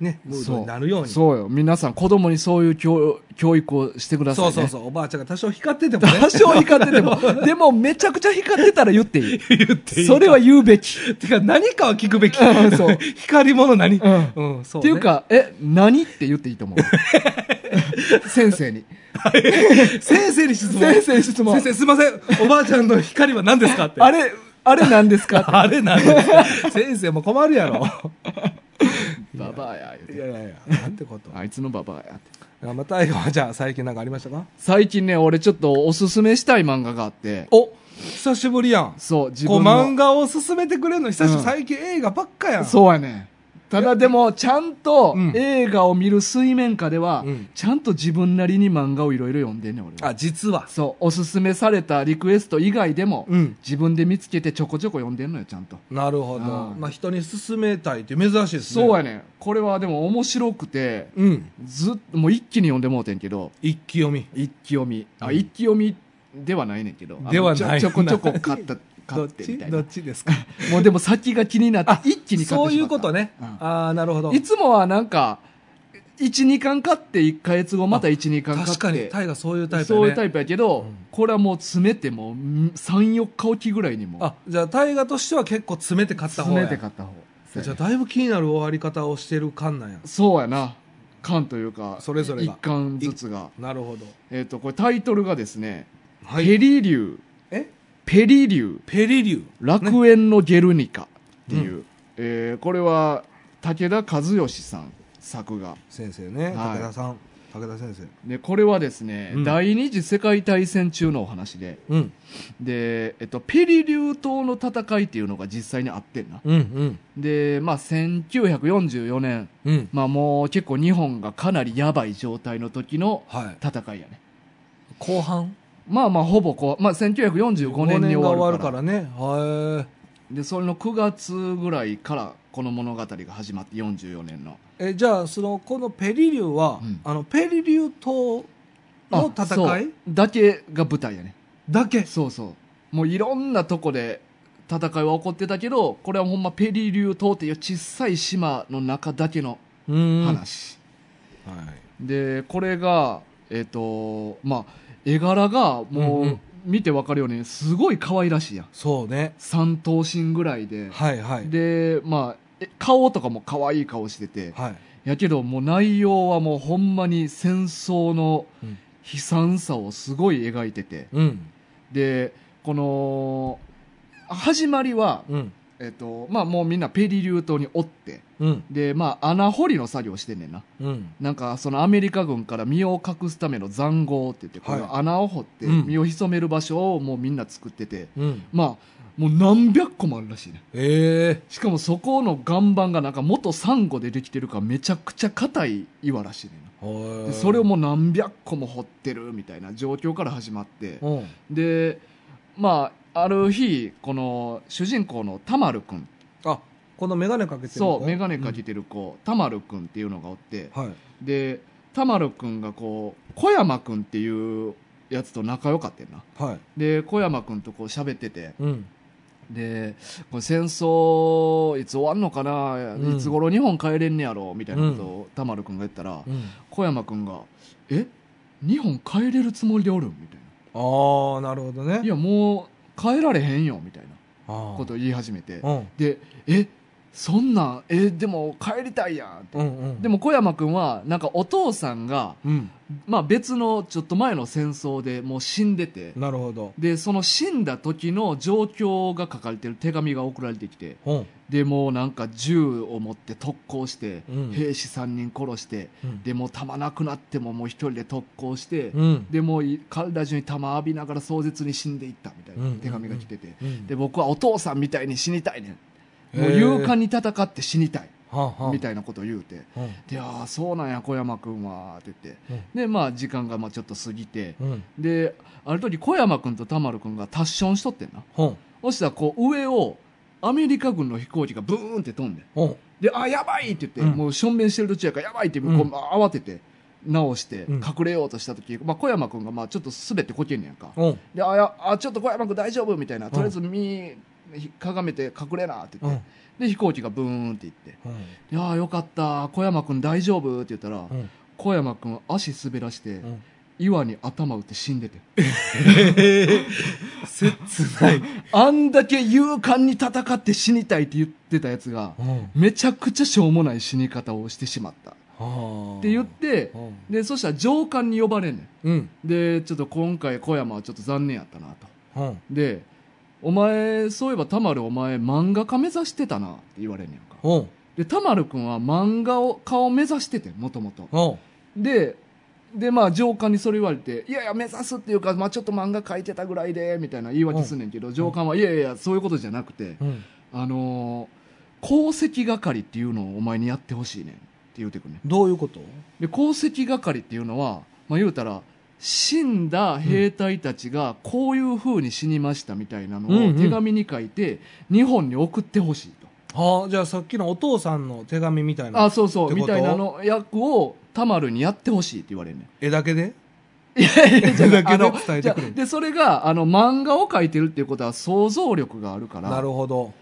Speaker 2: ね、ムードになるように。
Speaker 1: そうそうよ皆さん子供にそういう教教育をしてください
Speaker 2: そう
Speaker 1: ね
Speaker 2: そうそう、おばあちゃんが多少光っててもね。
Speaker 1: 多少光ってて もでもめちゃくちゃ光ってたら言っていい
Speaker 2: 言っていい。
Speaker 1: それは言うべき
Speaker 2: てか、何かは聞くべき。
Speaker 1: うんそう
Speaker 2: 光り物何
Speaker 1: うん
Speaker 2: うん、そう、
Speaker 1: って
Speaker 2: ね。
Speaker 1: いう、か、え、何って言っていいと思う。 先生に。
Speaker 2: 先生に質問。
Speaker 1: 先生に質問
Speaker 2: 先生、すいません。おばあちゃんの光は何ですかって。
Speaker 1: あれ、あれ何ですかって。
Speaker 2: あれ何ですか 先生も困るやろ。
Speaker 1: ババアや、
Speaker 2: い
Speaker 1: 言うて。
Speaker 2: やいやいや、なんてこと。
Speaker 1: あいつのババアやって。
Speaker 2: あまた、大河はじゃあ、最近なんかありましたか
Speaker 1: 最近ね、俺ちょっとおすすめしたい漫画があって。
Speaker 2: お久しぶりやん。
Speaker 1: そう、自
Speaker 2: こう
Speaker 1: 分の。
Speaker 2: 漫画を勧めてくれるの久しぶり、
Speaker 1: うん
Speaker 2: 最近映画ばっかやん。
Speaker 1: そうやね。ただでも、ちゃんと
Speaker 2: うん
Speaker 1: 映画を見る水面下では
Speaker 2: うん、
Speaker 1: ちゃんと自分なりに漫画をいろいろ読んでんねん、俺は。
Speaker 2: あ、実は。
Speaker 1: そう、おすすめされたリクエスト以外でも
Speaker 2: うん、
Speaker 1: 自分で見つけてちょこちょこ読んでんのよ、ちゃんと。
Speaker 2: なるほど。
Speaker 1: うん
Speaker 2: まあ人に勧めたいって珍しいですね。
Speaker 1: そうやねん。これはでも面白くて、
Speaker 2: うん。
Speaker 1: ずっともう一気に読んでもうてんけど
Speaker 2: 一気読み。
Speaker 1: 一気読みあ、
Speaker 2: うん
Speaker 1: 一気読みではないねんけどあの
Speaker 2: ではない
Speaker 1: ちょちょこちょこ買 った買ってみたいな
Speaker 2: ちですか
Speaker 1: もうでも先が気になって一気に買ってしまった
Speaker 2: そういうことね。
Speaker 1: うん
Speaker 2: ああ、なるほど。
Speaker 1: いつもはなんか12巻買って1か月後また12巻買って
Speaker 2: 確かに、タイがそういうタイプやね。
Speaker 1: そういうタイプやけど、
Speaker 2: うん
Speaker 1: これはもう詰めても34日おきぐらいにも
Speaker 2: あ、じゃあタイガとしては結構詰めて買った方
Speaker 1: 詰
Speaker 2: や
Speaker 1: めて買った方
Speaker 2: じゃあだいぶ気になる終わり方をしてる感なんや。
Speaker 1: そうやな巻というか
Speaker 2: それぞれが
Speaker 1: 1巻ずつが、
Speaker 2: なるほど。
Speaker 1: えっとこれタイトルがですね「
Speaker 2: はい
Speaker 1: ペリリュー
Speaker 2: え
Speaker 1: ペリリュー
Speaker 2: ペリリュ
Speaker 1: 楽園のゲルニカっていう、えーこれは武田和義さん作画
Speaker 2: 先生ね。
Speaker 1: はい
Speaker 2: 武田さん。武田先生。
Speaker 1: でこれはですね、
Speaker 2: うん
Speaker 1: 第二次世界大戦中のお話で
Speaker 2: うん。
Speaker 1: で、えっと、ペリリュー島の戦いっていうのが実際にあってんな
Speaker 2: うんうん。
Speaker 1: で、まあ、1944年、
Speaker 2: うん。
Speaker 1: まあ、もう結構日本がかなりやばい状態の時の
Speaker 2: はい。
Speaker 1: 戦いやね
Speaker 2: 後半
Speaker 1: まあまあほぼこう、まあ、1945年に終わるから
Speaker 2: 五年が終わるからね。は
Speaker 1: でそれの9月ぐらいからこの物語が始まって44年の
Speaker 2: えじゃあそのこのペリリューは、
Speaker 1: うん
Speaker 2: あのペリリュー島の
Speaker 1: あ
Speaker 2: 戦い
Speaker 1: そうだけが舞台やね
Speaker 2: だけ
Speaker 1: そうそうもういろんなとこで戦いは起こってたけどこれはほんまペリリュー島っていう小さい島の中だけの
Speaker 2: うんはい
Speaker 1: 話、でこれがえっ、とまあ絵柄がも
Speaker 2: うんう
Speaker 1: うん見てわかるようにすごい可愛らしいやん
Speaker 2: そうね
Speaker 1: 三頭身ぐらいで、
Speaker 2: はいはい
Speaker 1: でまあえ顔とかも可愛い顔してて
Speaker 2: はい
Speaker 1: やけどもう内容はもうほんまに戦争の
Speaker 2: うん
Speaker 1: 悲惨さをすごい描いてて
Speaker 2: うん
Speaker 1: でこの始まりは、
Speaker 2: うん
Speaker 1: えっとまあ、もうみんなペリリュー島におって
Speaker 2: うん
Speaker 1: で、まあ、穴掘りの作業してんねんな
Speaker 2: うん
Speaker 1: なんかそのアメリカ軍から身を隠すための塹壕って言ってこ
Speaker 2: はい
Speaker 1: の穴を掘って
Speaker 2: うん
Speaker 1: 身を潜める場所をもうみんな作ってて、
Speaker 2: うん
Speaker 1: まあもう何百個もあるらしいね
Speaker 2: ええ
Speaker 1: しかもそこの岩盤がなんか元サンゴでできてるからめちゃくちゃ硬い岩らしいねんな
Speaker 2: は
Speaker 1: で
Speaker 2: い
Speaker 1: それをもう何百個も掘ってるみたいな状況から始まって
Speaker 2: うん
Speaker 1: でまあある日この主人公のタマル君
Speaker 2: あこの眼鏡かけてる子
Speaker 1: そう眼鏡かけてる子、タマル君っていうのがおって
Speaker 2: うんはい
Speaker 1: でタマル君がこう小山君っていうやつと仲良かったんな
Speaker 2: はい
Speaker 1: で小山君とこう喋ってて
Speaker 2: うん
Speaker 1: でこれ戦争いつ終わんのかな、
Speaker 2: うん
Speaker 1: いつ頃日本帰れんねやろみたいなことを田丸君が言ったら、
Speaker 2: うん
Speaker 1: 小山君が「え日本帰れるつもりでおるん?」みたい
Speaker 2: ああなるほど
Speaker 1: な「
Speaker 2: ね
Speaker 1: いやもう帰られへんよ」みたいな
Speaker 2: あ
Speaker 1: ことを言い始めて
Speaker 2: ーうん
Speaker 1: で「えそんなんえでも帰りたいやん」って、
Speaker 2: うんうん
Speaker 1: でも小山君はなんかお父さんが、
Speaker 2: うん
Speaker 1: まあ、別のちょっと前の戦争でもう死んでて、
Speaker 2: なるほど
Speaker 1: でその死んだ時の状況が書かれてる手紙が送られてきて、
Speaker 2: うん
Speaker 1: でもうなんか銃を持って特攻して、
Speaker 2: うん
Speaker 1: 兵士3人殺して
Speaker 2: うん
Speaker 1: でもう弾なくなってももう一人で特攻して、
Speaker 2: うん
Speaker 1: でもうい体中に弾浴びながら壮絶に死んでいったみたい
Speaker 2: うんうん
Speaker 1: な
Speaker 2: うん
Speaker 1: 手紙が来てて、
Speaker 2: うん
Speaker 1: で僕はお父さんみたいに死にたいねんもう
Speaker 2: へえ
Speaker 1: 勇敢に戦って死にたい
Speaker 2: はあはあ
Speaker 1: みたいなことを言うて
Speaker 2: うん
Speaker 1: 「いやーそうなんや小山君は」って言って
Speaker 2: うん
Speaker 1: でまあ時間がまあちょっと過ぎて
Speaker 2: うん
Speaker 1: である時小山君と田丸君が達ションしとってんな
Speaker 2: うん
Speaker 1: そしたらこう上をアメリカ軍の飛行機がブーンって飛んでん
Speaker 2: うん
Speaker 1: で、あ、やばいって言って、
Speaker 2: うん
Speaker 1: もうしょんべんしてる途中やから、やばいって、こう
Speaker 2: うん
Speaker 1: 慌てて、直して、
Speaker 2: うん
Speaker 1: 隠れようとした時、まあ、小山君が、まあ、ちょっと滑ってこけんねやんか。
Speaker 2: うん
Speaker 1: で、あ、やあちょっと小山君大丈夫みたいな、
Speaker 2: ん
Speaker 1: とりあえず身、ひかがめて隠れなって
Speaker 2: う
Speaker 1: 言っ
Speaker 2: ん
Speaker 1: て、で、飛行機がブーンって行って、
Speaker 2: うん
Speaker 1: いやーよかった、小山君大丈夫って言ったら、
Speaker 2: うん
Speaker 1: 小山君足滑らして、
Speaker 2: うん
Speaker 1: 岩に頭打って死んでて。
Speaker 2: 切ない
Speaker 1: あんだけ勇敢に戦って死にたいって言ってたやつが、めちゃくちゃしょうもない死に方をしてしまった。
Speaker 2: っ
Speaker 1: って言って、でそしたら上官に呼ばれんね
Speaker 2: うん
Speaker 1: んでちょっと今回小山はちょっと残念やったなと
Speaker 2: うん
Speaker 1: でお前そういえば田丸お前漫画家目指してたなって言われんねんか
Speaker 2: うん
Speaker 1: で田丸君は漫画を家を目指しててもともと
Speaker 2: うん
Speaker 1: ででまあ上官にそれ言われて「いやいや目指すっていうか、まあ、ちょっと漫画描いてたぐらいで」みたいな言い訳すんねんけど上官は「いやいやそういうことじゃなくて
Speaker 2: うん
Speaker 1: あのー功績係っていうのをお前にやってほしいねん」って言うてくんねん
Speaker 2: どういうこと
Speaker 1: で功績係っていうのは、まあ、言うたら死んだ兵隊たちがこういうふうに死にましたみたいな
Speaker 2: うん
Speaker 1: の
Speaker 2: う
Speaker 1: を
Speaker 2: ん
Speaker 1: 手紙に書いて日本に送ってほしいと、
Speaker 2: はあじゃあさっきのお父さんの手紙みたいな
Speaker 1: あそうそ
Speaker 2: って
Speaker 1: う
Speaker 2: こ
Speaker 1: み
Speaker 2: と
Speaker 1: たいなの役を田丸にやってほしいって言われるねん
Speaker 2: 絵だけで
Speaker 1: いやいやいや
Speaker 2: だけ
Speaker 1: あ
Speaker 2: ど
Speaker 1: の
Speaker 2: 伝えてくれ
Speaker 1: じゃあでそれがあの漫画を描いてるっていうことは想像力があるから
Speaker 2: なるほど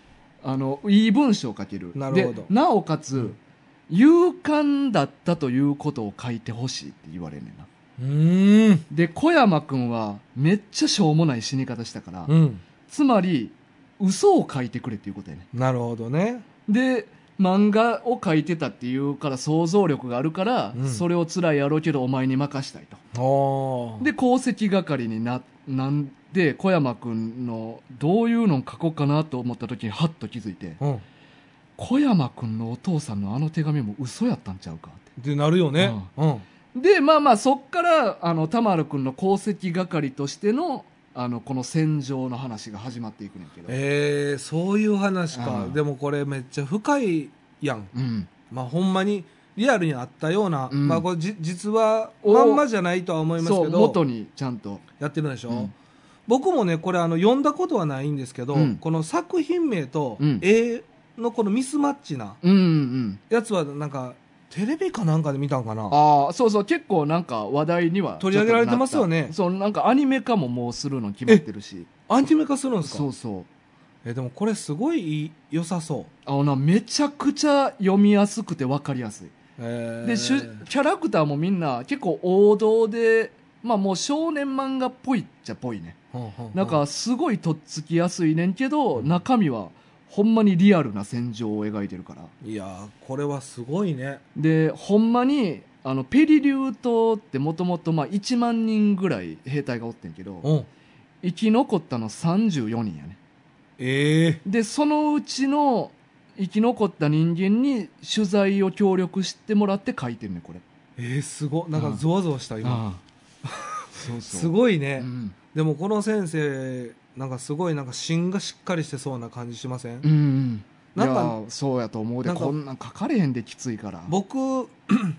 Speaker 1: あのいい文章を書ける
Speaker 2: なるほど
Speaker 1: でなおかつ、
Speaker 2: うん
Speaker 1: 勇敢だったということを書いてほしいって言われるねんな
Speaker 2: うーん
Speaker 1: で小山君はめっちゃしょうもない死に方したから、
Speaker 2: うん
Speaker 1: つまり嘘を書いてくれっていうことやね
Speaker 2: なるほどね
Speaker 1: で漫画を書いてたっていうから想像力があるから、
Speaker 2: うん
Speaker 1: それを辛いやろうけどお前に任したいと
Speaker 2: おー
Speaker 1: で功績係にななんで小山君のどういうのを書こうかなと思った時にハッと気づいて
Speaker 2: うんっ
Speaker 1: 小山君のお父さんのあの手紙も嘘やったんちゃうかって
Speaker 2: てなるよねうん
Speaker 1: でまあまあそっからあの田丸君の功績係としてのあのこの戦場の話が始まっていくねんけど、
Speaker 2: えーそういう話
Speaker 1: う
Speaker 2: か
Speaker 1: ん
Speaker 2: でもこれめっちゃ深いやん
Speaker 1: うん、
Speaker 2: まあほんまにリアルにあったような
Speaker 1: うん
Speaker 2: まあこれじ実は
Speaker 1: お
Speaker 2: まんまじゃないとは思います
Speaker 1: そ
Speaker 2: け
Speaker 1: う
Speaker 2: ど
Speaker 1: 元にちゃんと
Speaker 2: やってるんでしょ、
Speaker 1: うん
Speaker 2: 僕もねこれあの読んだことはないんですけど、
Speaker 1: うん
Speaker 2: この作品名と
Speaker 1: うん
Speaker 2: 絵のこのミスマッチな
Speaker 1: うんうん
Speaker 2: やつはなんかテレビかなんかで見たんかな
Speaker 1: ああそうそう結構なんか話題には
Speaker 2: 取り上げられてますよ
Speaker 1: ちょっとな
Speaker 2: ね
Speaker 1: ったそうなんかアニメ化ももうするの決まってるし
Speaker 2: アニメ化するんですか
Speaker 1: そうそう
Speaker 2: えでもこれすごいいい良さそう
Speaker 1: あのなめちゃくちゃ読みやすくて分かりやすい
Speaker 2: で
Speaker 1: で主キャラクターもみんな結構王道でまあもう少年漫画っぽいっちゃっぽいねなんかすごいとっつきやすいねんけど中身はほんまにリアルな戦場を描いてるから
Speaker 2: いやーこれはすごいね
Speaker 1: でほんまにあのペリリュー島ってもともと1万人ぐらい兵隊がおってんけど
Speaker 2: うん
Speaker 1: 生き残ったの34人やね
Speaker 2: ええ
Speaker 1: でそのうちの生き残った人間に取材を協力してもらって書いてるねこれ
Speaker 2: えー、すごっなんかゾワゾワした今、
Speaker 1: そうそう
Speaker 2: すごいね、
Speaker 1: うん
Speaker 2: でもこの先生なんかすごいなんか芯がしっかりしてそうな感じしません、
Speaker 1: うんうん
Speaker 2: なん
Speaker 1: い
Speaker 2: か
Speaker 1: やーそうやと思うで
Speaker 2: なんか
Speaker 1: こんなん書かれへんできついから
Speaker 2: 僕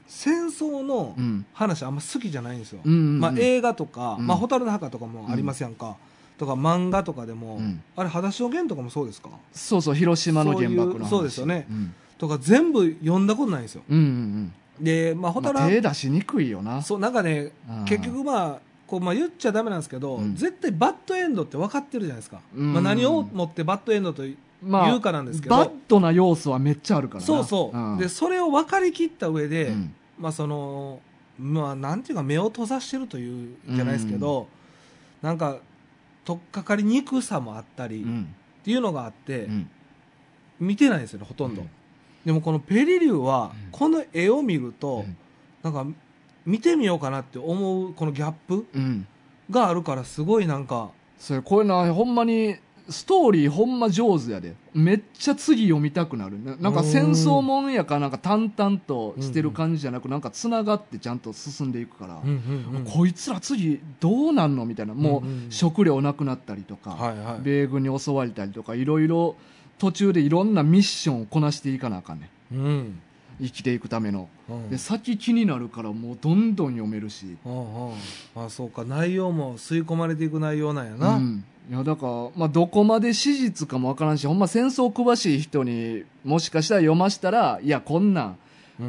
Speaker 2: 戦争の
Speaker 1: うん
Speaker 2: 話あんま好きじゃないんですよ、
Speaker 1: うんうんうん
Speaker 2: まあ、映画とか「
Speaker 1: うん
Speaker 2: まあ、蛍の墓」とかもありますやんか、とか漫画とかでも、
Speaker 1: うん
Speaker 2: あれ「裸足の弦」とかもそうですか
Speaker 1: そうそう広島の原爆の話
Speaker 2: そういうそうですよね
Speaker 1: うん
Speaker 2: とか全部読んだことないんですよ
Speaker 1: うんうん
Speaker 2: で、まあ、
Speaker 1: うんま
Speaker 2: 蛍
Speaker 1: あ手出しにくいよな
Speaker 2: そうなんかね
Speaker 1: うん
Speaker 2: 結局まあこうまあ言っちゃダメなんですけど、
Speaker 1: うん
Speaker 2: 絶対バッドエンドって分かってるじゃないですか、
Speaker 1: うん
Speaker 2: まあ、何をもってバッドエンドと言
Speaker 1: まあ
Speaker 2: うかなんですけど、
Speaker 1: バッドな要素はめっちゃあるからな
Speaker 2: そうそう、
Speaker 1: ん
Speaker 2: でそれを分かりきった上で、
Speaker 1: うん
Speaker 2: まあそのまあなんていうか目を閉ざしてるというじゃないですけど、なんか取っかかりにくさもあったり、
Speaker 1: う
Speaker 2: っ
Speaker 1: ん
Speaker 2: ていうのがあって、
Speaker 1: うん
Speaker 2: 見てないんですよねほとんど、
Speaker 1: うん
Speaker 2: でもこのペリリューは、
Speaker 1: うん
Speaker 2: この絵を見ると、
Speaker 1: うん
Speaker 2: なんか見てみようかなって思うこのギャップ
Speaker 1: うん
Speaker 2: があるからすごいなんか
Speaker 1: それこういうのはほんまにストーリーほんま上手やでめっちゃ次読みたくなるななんか戦争もんやからなんか淡々としてる感じじゃなくなんかつながってちゃんと進んでいくから、こいつら次どうなんのみたいなも
Speaker 2: うんうん
Speaker 1: う食料なくなったりとか、
Speaker 2: はいはい
Speaker 1: 米軍に襲われたりとかいろいろ途中でいろんなミッションをこなしていかなあかんね
Speaker 2: うん
Speaker 1: ん生きていくための、
Speaker 2: うん
Speaker 1: で先気になるからもうどんどん読めるし、
Speaker 2: うんうんあそうか内容も吸い込まれていく内容なんや
Speaker 1: う
Speaker 2: な、
Speaker 1: ん、いやだから、まあ、どこまで史実かもわからんしほんま戦争詳しい人にもしかしたら読ましたらいやこんなん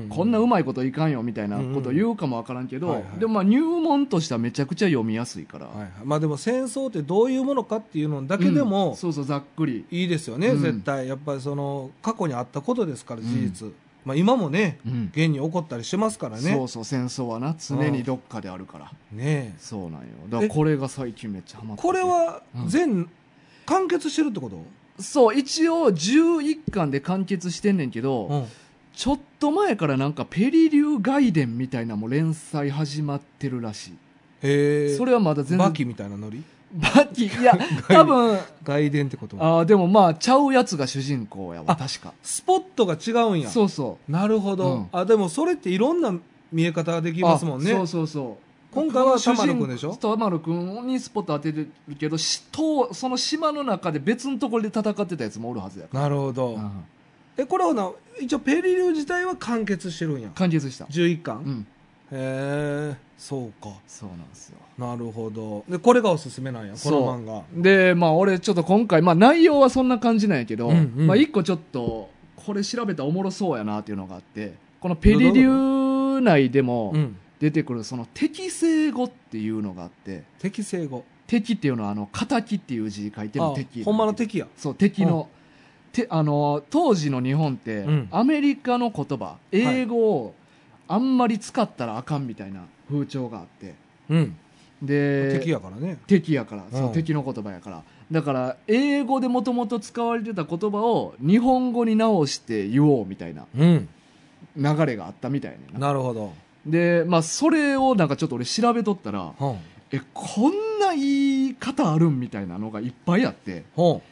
Speaker 1: こんなうまいこといかんよみたいなこと言うかもわからんけど、
Speaker 2: うんうんはいはい
Speaker 1: でもまあ入門としてはめちゃくちゃ読みやすいから、
Speaker 2: はいはい、まあでも戦争ってどういうものかっていうのだけで
Speaker 1: うん
Speaker 2: も
Speaker 1: そうそうざっくり、
Speaker 2: いいですよね、
Speaker 1: うん
Speaker 2: 絶対やっぱりその過去にあったことですから
Speaker 1: うん
Speaker 2: 事実、まあ今もね
Speaker 1: うん
Speaker 2: 現に起こったりしてますから
Speaker 1: そ
Speaker 2: ね
Speaker 1: うそう戦争はな常にどっかであるから、
Speaker 2: ねえ
Speaker 1: そうなんよだからこれが最近めっちゃハマってて
Speaker 2: これは
Speaker 1: うん
Speaker 2: 全、完結してるってこと、
Speaker 1: そう一応11巻で完結してんねんけど、ちょっと前からなんかペリリュー外伝みたいなのも連載始まってるらしい
Speaker 2: へえ
Speaker 1: それはまだ全然
Speaker 2: バキみたいなノリ
Speaker 1: バキいや多分
Speaker 2: 外伝ってこと
Speaker 1: あーでもまあちゃうやつが主人公やわ
Speaker 2: あ
Speaker 1: 確か
Speaker 2: スポットが違うんや
Speaker 1: そうそ
Speaker 2: なるほど、
Speaker 1: うん
Speaker 2: あでもそれっていろんな見え方がで
Speaker 1: う
Speaker 2: きますもんね
Speaker 1: あそうそうそう
Speaker 2: 今回は玉野くんでしょ
Speaker 1: 玉野くんにスポット当ててるけどし島その島の中で別のところで戦ってたやつもおるはずやか
Speaker 2: なるほど、
Speaker 1: ら、うん
Speaker 2: えこれはな一応ペリリュー自体は完結してるんや
Speaker 1: 完結した
Speaker 2: 11巻、
Speaker 1: うん
Speaker 2: へえそうか
Speaker 1: そうなんですよ
Speaker 2: なるほどでこれがおすすめなんやこの漫画
Speaker 1: でまあ俺ちょっと今回、まあ、内容はそんな感じなんやけど、
Speaker 2: うんうん
Speaker 1: まあ、一個ちょっとこれ調べたらおもろそうやなっていうのがあってこのペリリュー内でも
Speaker 2: うん
Speaker 1: 出てくるその適正語っていうのがあって
Speaker 2: 適正語
Speaker 1: 敵っていうのはあの敵っていう字書いてる
Speaker 2: あ
Speaker 1: 敵
Speaker 2: ほんまの敵や
Speaker 1: そう敵の、てあの当時の日本って、
Speaker 2: うん
Speaker 1: アメリカの言葉英語をあんまり使ったらあかんみたいな風潮があって
Speaker 2: うん
Speaker 1: で
Speaker 2: 敵やからね
Speaker 1: 敵やから、そう
Speaker 2: うん
Speaker 1: 敵の言葉やからだから英語でもともと使われてた言葉を日本語に直して言おうみたいな
Speaker 2: うん
Speaker 1: 流れがあったみたいねんな
Speaker 2: なるほど、
Speaker 1: でまあそれをなんかちょっと俺調べとったら
Speaker 2: ほん
Speaker 1: えこんな言い方あるんみたいなのがいっぱいあって
Speaker 2: ほ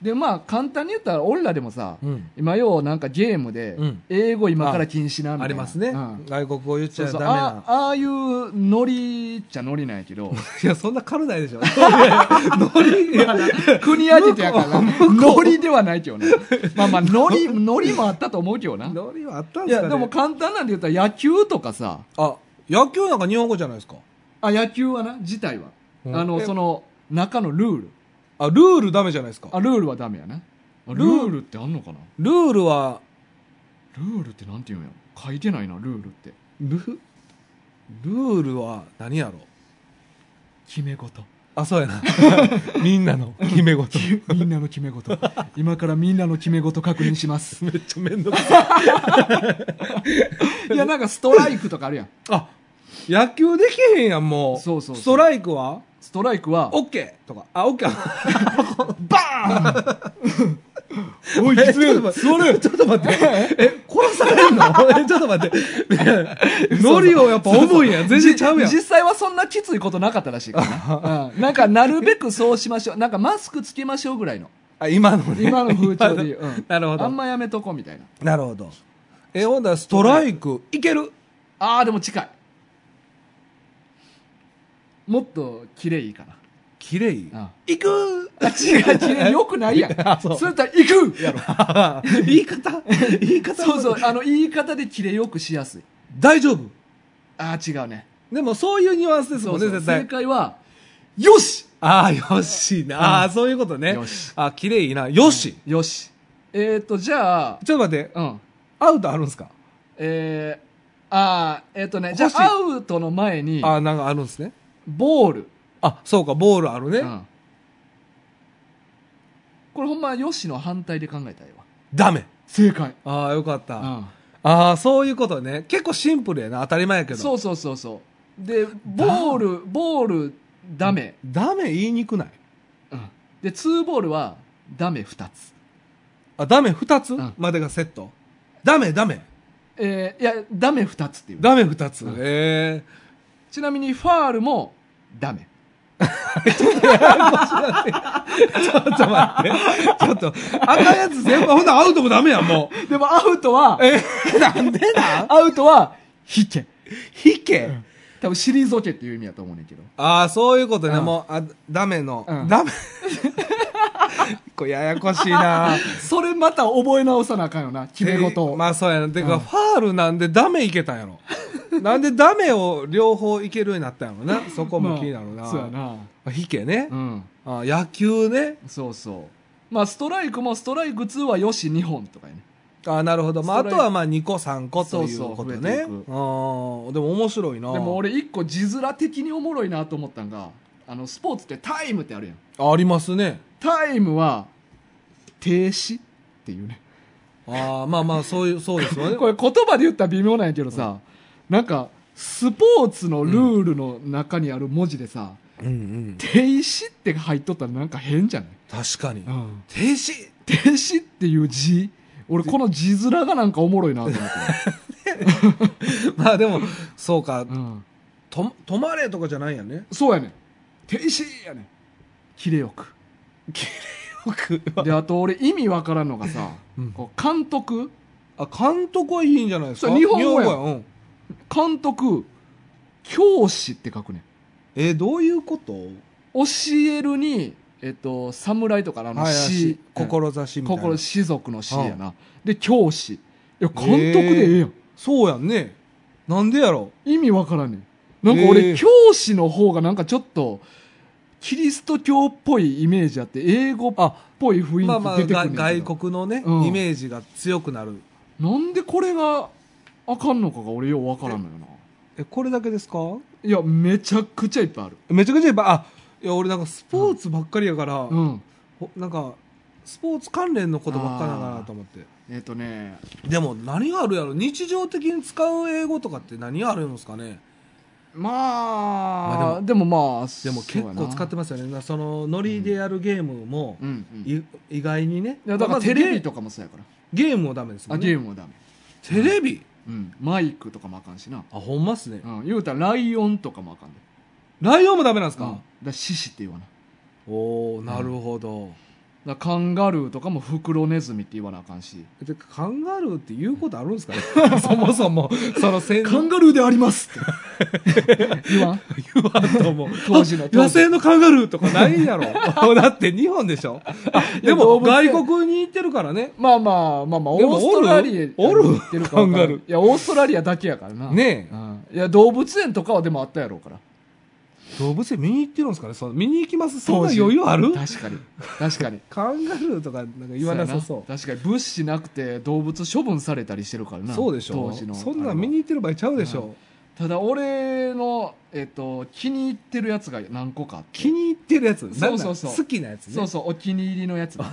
Speaker 1: でまあ簡単に言ったら俺らでもさ、
Speaker 2: ううん
Speaker 1: 今ようなんかゲームで
Speaker 2: うん
Speaker 1: 英語今から禁止なみたいな
Speaker 2: ありますね、
Speaker 1: うん
Speaker 2: 外国語言っち
Speaker 1: そう
Speaker 2: ゃ
Speaker 1: そ
Speaker 2: ダ
Speaker 1: う
Speaker 2: メな
Speaker 1: あああいうノリっちゃノリなんやけど
Speaker 2: いやそんな軽ない でしょノリいや
Speaker 1: 国挙げてやからなノリではないけどなまあ まあノリノリもあったと思うけどな
Speaker 2: ノリはあったん
Speaker 1: い
Speaker 2: ですか、
Speaker 1: や
Speaker 2: ね、
Speaker 1: でも簡単なんで言ったら野球とかさ
Speaker 2: あ野球なんか日本語じゃないですか
Speaker 1: あ野球はな自体は
Speaker 2: うん
Speaker 1: あの
Speaker 2: え
Speaker 1: その中のルール
Speaker 2: あルールダメじゃないですか
Speaker 1: あルールはダメやねあ
Speaker 2: ル
Speaker 1: ル
Speaker 2: ー
Speaker 1: ールってあんのかな
Speaker 2: ルールは
Speaker 1: ルールってなんて言うんやろ書いてないなルールって
Speaker 2: ルルールは何やろう
Speaker 1: 決め事
Speaker 2: あそうや なみんなの決め事
Speaker 1: みんなの決め 事今からみんなの決め事確認します
Speaker 2: めっちゃ面倒くさい
Speaker 1: いやなんかストライクとかあるやん
Speaker 2: あ野球できへんやんもう
Speaker 1: そうそうそう
Speaker 2: ストライクは
Speaker 1: ストライクは
Speaker 2: オッケーとかあオッ ケー
Speaker 1: バ ーンおい
Speaker 2: え
Speaker 1: き
Speaker 2: ちょっと待
Speaker 1: 座れ
Speaker 2: ってちょっと待ってえ殺 されんのえちょっと待っていやノリをやっぱ重いやん全然ちゃうやん
Speaker 1: じ実際はそんなきついことなかったらしい から、ねうん、なんかなるべくそうしましょうなんかマスクつけましょうぐらいの
Speaker 2: あ今のね
Speaker 1: 今の風潮で言う、
Speaker 2: 今の
Speaker 1: うん
Speaker 2: なるほど
Speaker 1: あんまやめとこうみたいな
Speaker 2: なるほどえほんだらストライクいける
Speaker 1: あーでも近いもっと綺麗いい かな
Speaker 2: 綺麗
Speaker 1: あ
Speaker 2: いく
Speaker 1: 違う違うよくないやん
Speaker 2: あそう
Speaker 1: それだったら行くや ろ
Speaker 2: 言い方言い方
Speaker 1: そうそうあの言い方で綺麗よくしやすい
Speaker 2: 大丈夫
Speaker 1: ああ違うね
Speaker 2: でもそういうニュアンスですもんね
Speaker 1: そうそう
Speaker 2: 絶
Speaker 1: 正
Speaker 2: 対
Speaker 1: 解はよし
Speaker 2: ああよしなあーそういうことね
Speaker 1: よし
Speaker 2: あ綺麗いいなよし
Speaker 1: よしえっ、ー、とじゃあ
Speaker 2: ちょっと待って
Speaker 1: うん
Speaker 2: アウトあるんすか
Speaker 1: えー、あーえっ、とねじゃあ
Speaker 2: 欲しい
Speaker 1: アウトの前に
Speaker 2: あーなんかあるんですね
Speaker 1: ボール、
Speaker 2: あそうかボールあるね、
Speaker 1: うんこれほんまよしの反対で考えたいわ
Speaker 2: ダメ
Speaker 1: 正解
Speaker 2: ああよかった、
Speaker 1: うん
Speaker 2: ああそういうことね結構シンプルやな当たり前やけど
Speaker 1: そうそうそうそうでボールボールダメ、
Speaker 2: ダメ言いにくない
Speaker 1: うんでツーボールはダメ2つ
Speaker 2: あダメ2つ
Speaker 1: うん
Speaker 2: までがセット、ダメダメ
Speaker 1: えー、いやダメ2つっていう
Speaker 2: ダメ2つ、
Speaker 1: うん
Speaker 2: え
Speaker 1: ちなみにファールもダメ
Speaker 2: え ちょっと待ってちょっと赤いやつ全部ほんならアウトもダメやんも
Speaker 1: でもアウトは
Speaker 2: うえー、なんでなん
Speaker 1: アウトは引け
Speaker 2: 引け、
Speaker 1: 多分退けっていう意味だと思うねんけど
Speaker 2: ああ、そういうことね。
Speaker 1: うん
Speaker 2: もう、あ、ダメの。
Speaker 1: うん
Speaker 2: ダメ。 これややこしいな
Speaker 1: それまた覚え直さなあかんよな 決め事
Speaker 2: で
Speaker 1: を、
Speaker 2: まあそうやな。てか、
Speaker 1: うん
Speaker 2: ファールなんでダメいけたん やろ。なんでダメを両方いけるようになったんやろな。そこも気になるな。
Speaker 1: そうやな
Speaker 2: まあ引けね
Speaker 1: う。ん
Speaker 2: あ野球ね。
Speaker 1: そうそうまあストライクもストライク2はよし2本とかやね
Speaker 2: あなるほど。まああ
Speaker 1: ストライ
Speaker 2: と
Speaker 1: ク
Speaker 2: はまあ2個3個という
Speaker 1: そ
Speaker 2: こと
Speaker 1: うそう増えて
Speaker 2: ね。
Speaker 1: いく
Speaker 2: うん。でも面白いな
Speaker 1: でも俺一個字面的におもろいなと思ったんがあのスポーツってタイムってあるやん
Speaker 2: ありますね。
Speaker 1: タイムは停止っていうね
Speaker 2: ああ、まあまあそういう、そうですよね。
Speaker 1: これ言葉で言ったら微妙なんやけどさ、なんかスポーツのルールの中にある文字でさ、
Speaker 2: うんうん。
Speaker 1: 停止って入っとったらなんか変じゃない、
Speaker 2: 確かに。
Speaker 1: ん、
Speaker 2: 停止
Speaker 1: 停止っていう字俺この字面がなんかおもろいなと思って、
Speaker 2: まあでも、そうか。
Speaker 1: うん、
Speaker 2: と止まれとかじゃないんやね
Speaker 1: そうやねん停止やねんキレよく
Speaker 2: 僕
Speaker 1: であと俺意味わからんのがさ、
Speaker 2: うん
Speaker 1: こう監督
Speaker 2: あ監督はいいんじゃないですか
Speaker 1: そう日本語やん
Speaker 2: うん
Speaker 1: 監督教師って書くねん
Speaker 2: えどういうこと
Speaker 1: 教えるにえっと侍とかのあの
Speaker 2: はい
Speaker 1: 死、
Speaker 2: し志みたいな
Speaker 1: 心士族の死やな、で教師いや監督でええやん、
Speaker 2: そうやんねなんでやろ
Speaker 1: 意味わからんねんなんか俺、
Speaker 2: へえ
Speaker 1: 教師の方がなんかちょっとキリスト教っぽいイメージあって英語っぽい雰
Speaker 2: まあま
Speaker 1: 囲
Speaker 2: あ
Speaker 1: 気出てく
Speaker 2: が
Speaker 1: るねんけど、
Speaker 2: 外国のね、
Speaker 1: うん
Speaker 2: イメージが強くなる
Speaker 1: なんでこれがあかんのかが俺ようわからんのよな
Speaker 2: えこれだけですか
Speaker 1: いやめちゃくちゃいっぱいある
Speaker 2: めちゃくちゃいっぱいあいや俺なんかスポーツばっかりやから、
Speaker 1: うん
Speaker 2: ほなんかスポーツ関連のことばっかりだなと思って
Speaker 1: えっ、とね
Speaker 2: でも何があるやろ日常的に使う英語とかって何があるんですかね
Speaker 1: まあ、
Speaker 2: まあ
Speaker 1: でもまあ
Speaker 2: でも結構使って
Speaker 1: ま
Speaker 2: ますよねなそのノリでやるゲームも、
Speaker 1: すうんうんい
Speaker 2: い意外にね
Speaker 1: やだから
Speaker 2: まず
Speaker 1: テレビとかもそうやから
Speaker 2: ゲゲームもダメですも
Speaker 1: あ
Speaker 2: ん
Speaker 1: ゲ
Speaker 2: ね
Speaker 1: ームはダメ、
Speaker 2: テレビ
Speaker 1: うん、マイクとかもあかんしな、
Speaker 2: あほんまっすね
Speaker 1: うん、言うたらライオンとかもあかんで、
Speaker 2: ライオンもダメなんです
Speaker 1: うん、だ
Speaker 2: か
Speaker 1: か、ら獅子って言わなだか
Speaker 2: おおなるほど、
Speaker 1: らカンガルーとかもフクロネズミって言わなあかんし
Speaker 2: でカンガルーって言うことあるんですかね そもそも その戦
Speaker 1: カンガルーでありますって言わん
Speaker 2: 言わんと思う
Speaker 1: 当時の
Speaker 2: あ 野生のカンガルーとかないんやろだって日本でしょあで
Speaker 1: いや動
Speaker 2: も
Speaker 1: 物園
Speaker 2: 外国に行ってるからね
Speaker 1: まあまあまあまあ、オ
Speaker 2: でも
Speaker 1: ーストラリアに
Speaker 2: おる
Speaker 1: 行ってるかわからん
Speaker 2: カンガルー
Speaker 1: いや、オーストラリアだけやからな。
Speaker 2: ねえ
Speaker 1: うんいや、動物園とかはでもあったやろうから。
Speaker 2: 動物園見に行ってるんですかねその見に行きますそんな余裕ある
Speaker 1: 確かに確かに
Speaker 2: カンガルーとかなんか 言わなさそう
Speaker 1: やな確かに物資なくて動物処分されたりしてるからな
Speaker 2: そうでし
Speaker 1: 当
Speaker 2: ょ
Speaker 1: 時の
Speaker 2: そんなん見に行ってる場合ちゃうでしょ、
Speaker 1: うただ俺の、えっと気に入ってるやつが何個かあって
Speaker 2: 気に入ってるやつなんなん
Speaker 1: そうそうそう
Speaker 2: 好きなやつね
Speaker 1: そうそうお気に入りのやつね、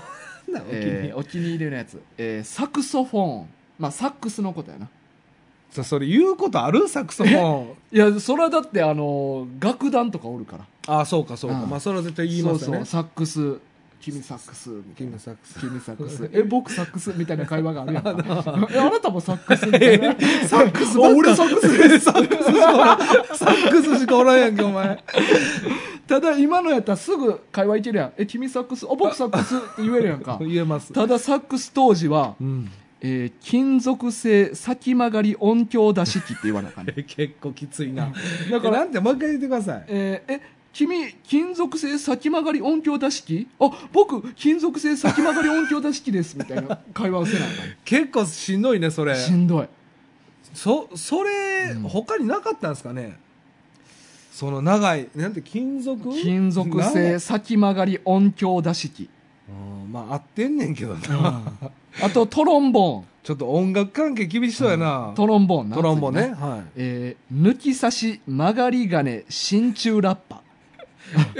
Speaker 2: うなんなんお気に入り
Speaker 1: えーお気に入りのやつ、えーサクソフォンまあサックスのことやな
Speaker 2: さそれ言うことあるサックソフォン
Speaker 1: いやそれはだってあの楽団とかおるから
Speaker 2: ああそうかそうか、
Speaker 1: うん
Speaker 2: まあそれは絶対言いますよ
Speaker 1: そうそう
Speaker 2: ね
Speaker 1: サックス君サックスみたいな
Speaker 2: 君サックス
Speaker 1: 君サック スえ僕サックスみたいな会話 があるやんかえあなたもサックスみたいな
Speaker 2: サックスばっか
Speaker 1: 俺サックスです
Speaker 2: サックスしかおらんサックスしかおらんやんけお前
Speaker 1: ただ今のやったらすぐ会話いけるやんえ君サックスあ僕サックスって言えるやん か
Speaker 2: 言えます
Speaker 1: ただサックス当時は
Speaker 2: う、ん
Speaker 1: えー金属製先曲がり音響出し器って言わなあかんね
Speaker 2: え結構きついな
Speaker 1: だ
Speaker 2: だ
Speaker 1: か
Speaker 2: かららなんてもう一回言ってください
Speaker 1: えーえ君金属製先曲がり音響出し器あ僕金属製先曲がり音響出し器ですみた いな会話をせなあかんね
Speaker 2: 結構しんどいねそれ
Speaker 1: しんどい
Speaker 2: そそれ、
Speaker 1: うん
Speaker 2: 他になかったんですかねその長いなんて金属
Speaker 1: 金属
Speaker 2: 長い
Speaker 1: 製先曲がり音響出し器
Speaker 2: うんまあ合ってんねんけどな
Speaker 1: あとトロンボーン
Speaker 2: ちょっと音楽関係厳しそうやな、
Speaker 1: トロンボーンな
Speaker 2: トロンボね、は
Speaker 1: えー抜き差し曲がり金真鍮ラッパ
Speaker 2: い、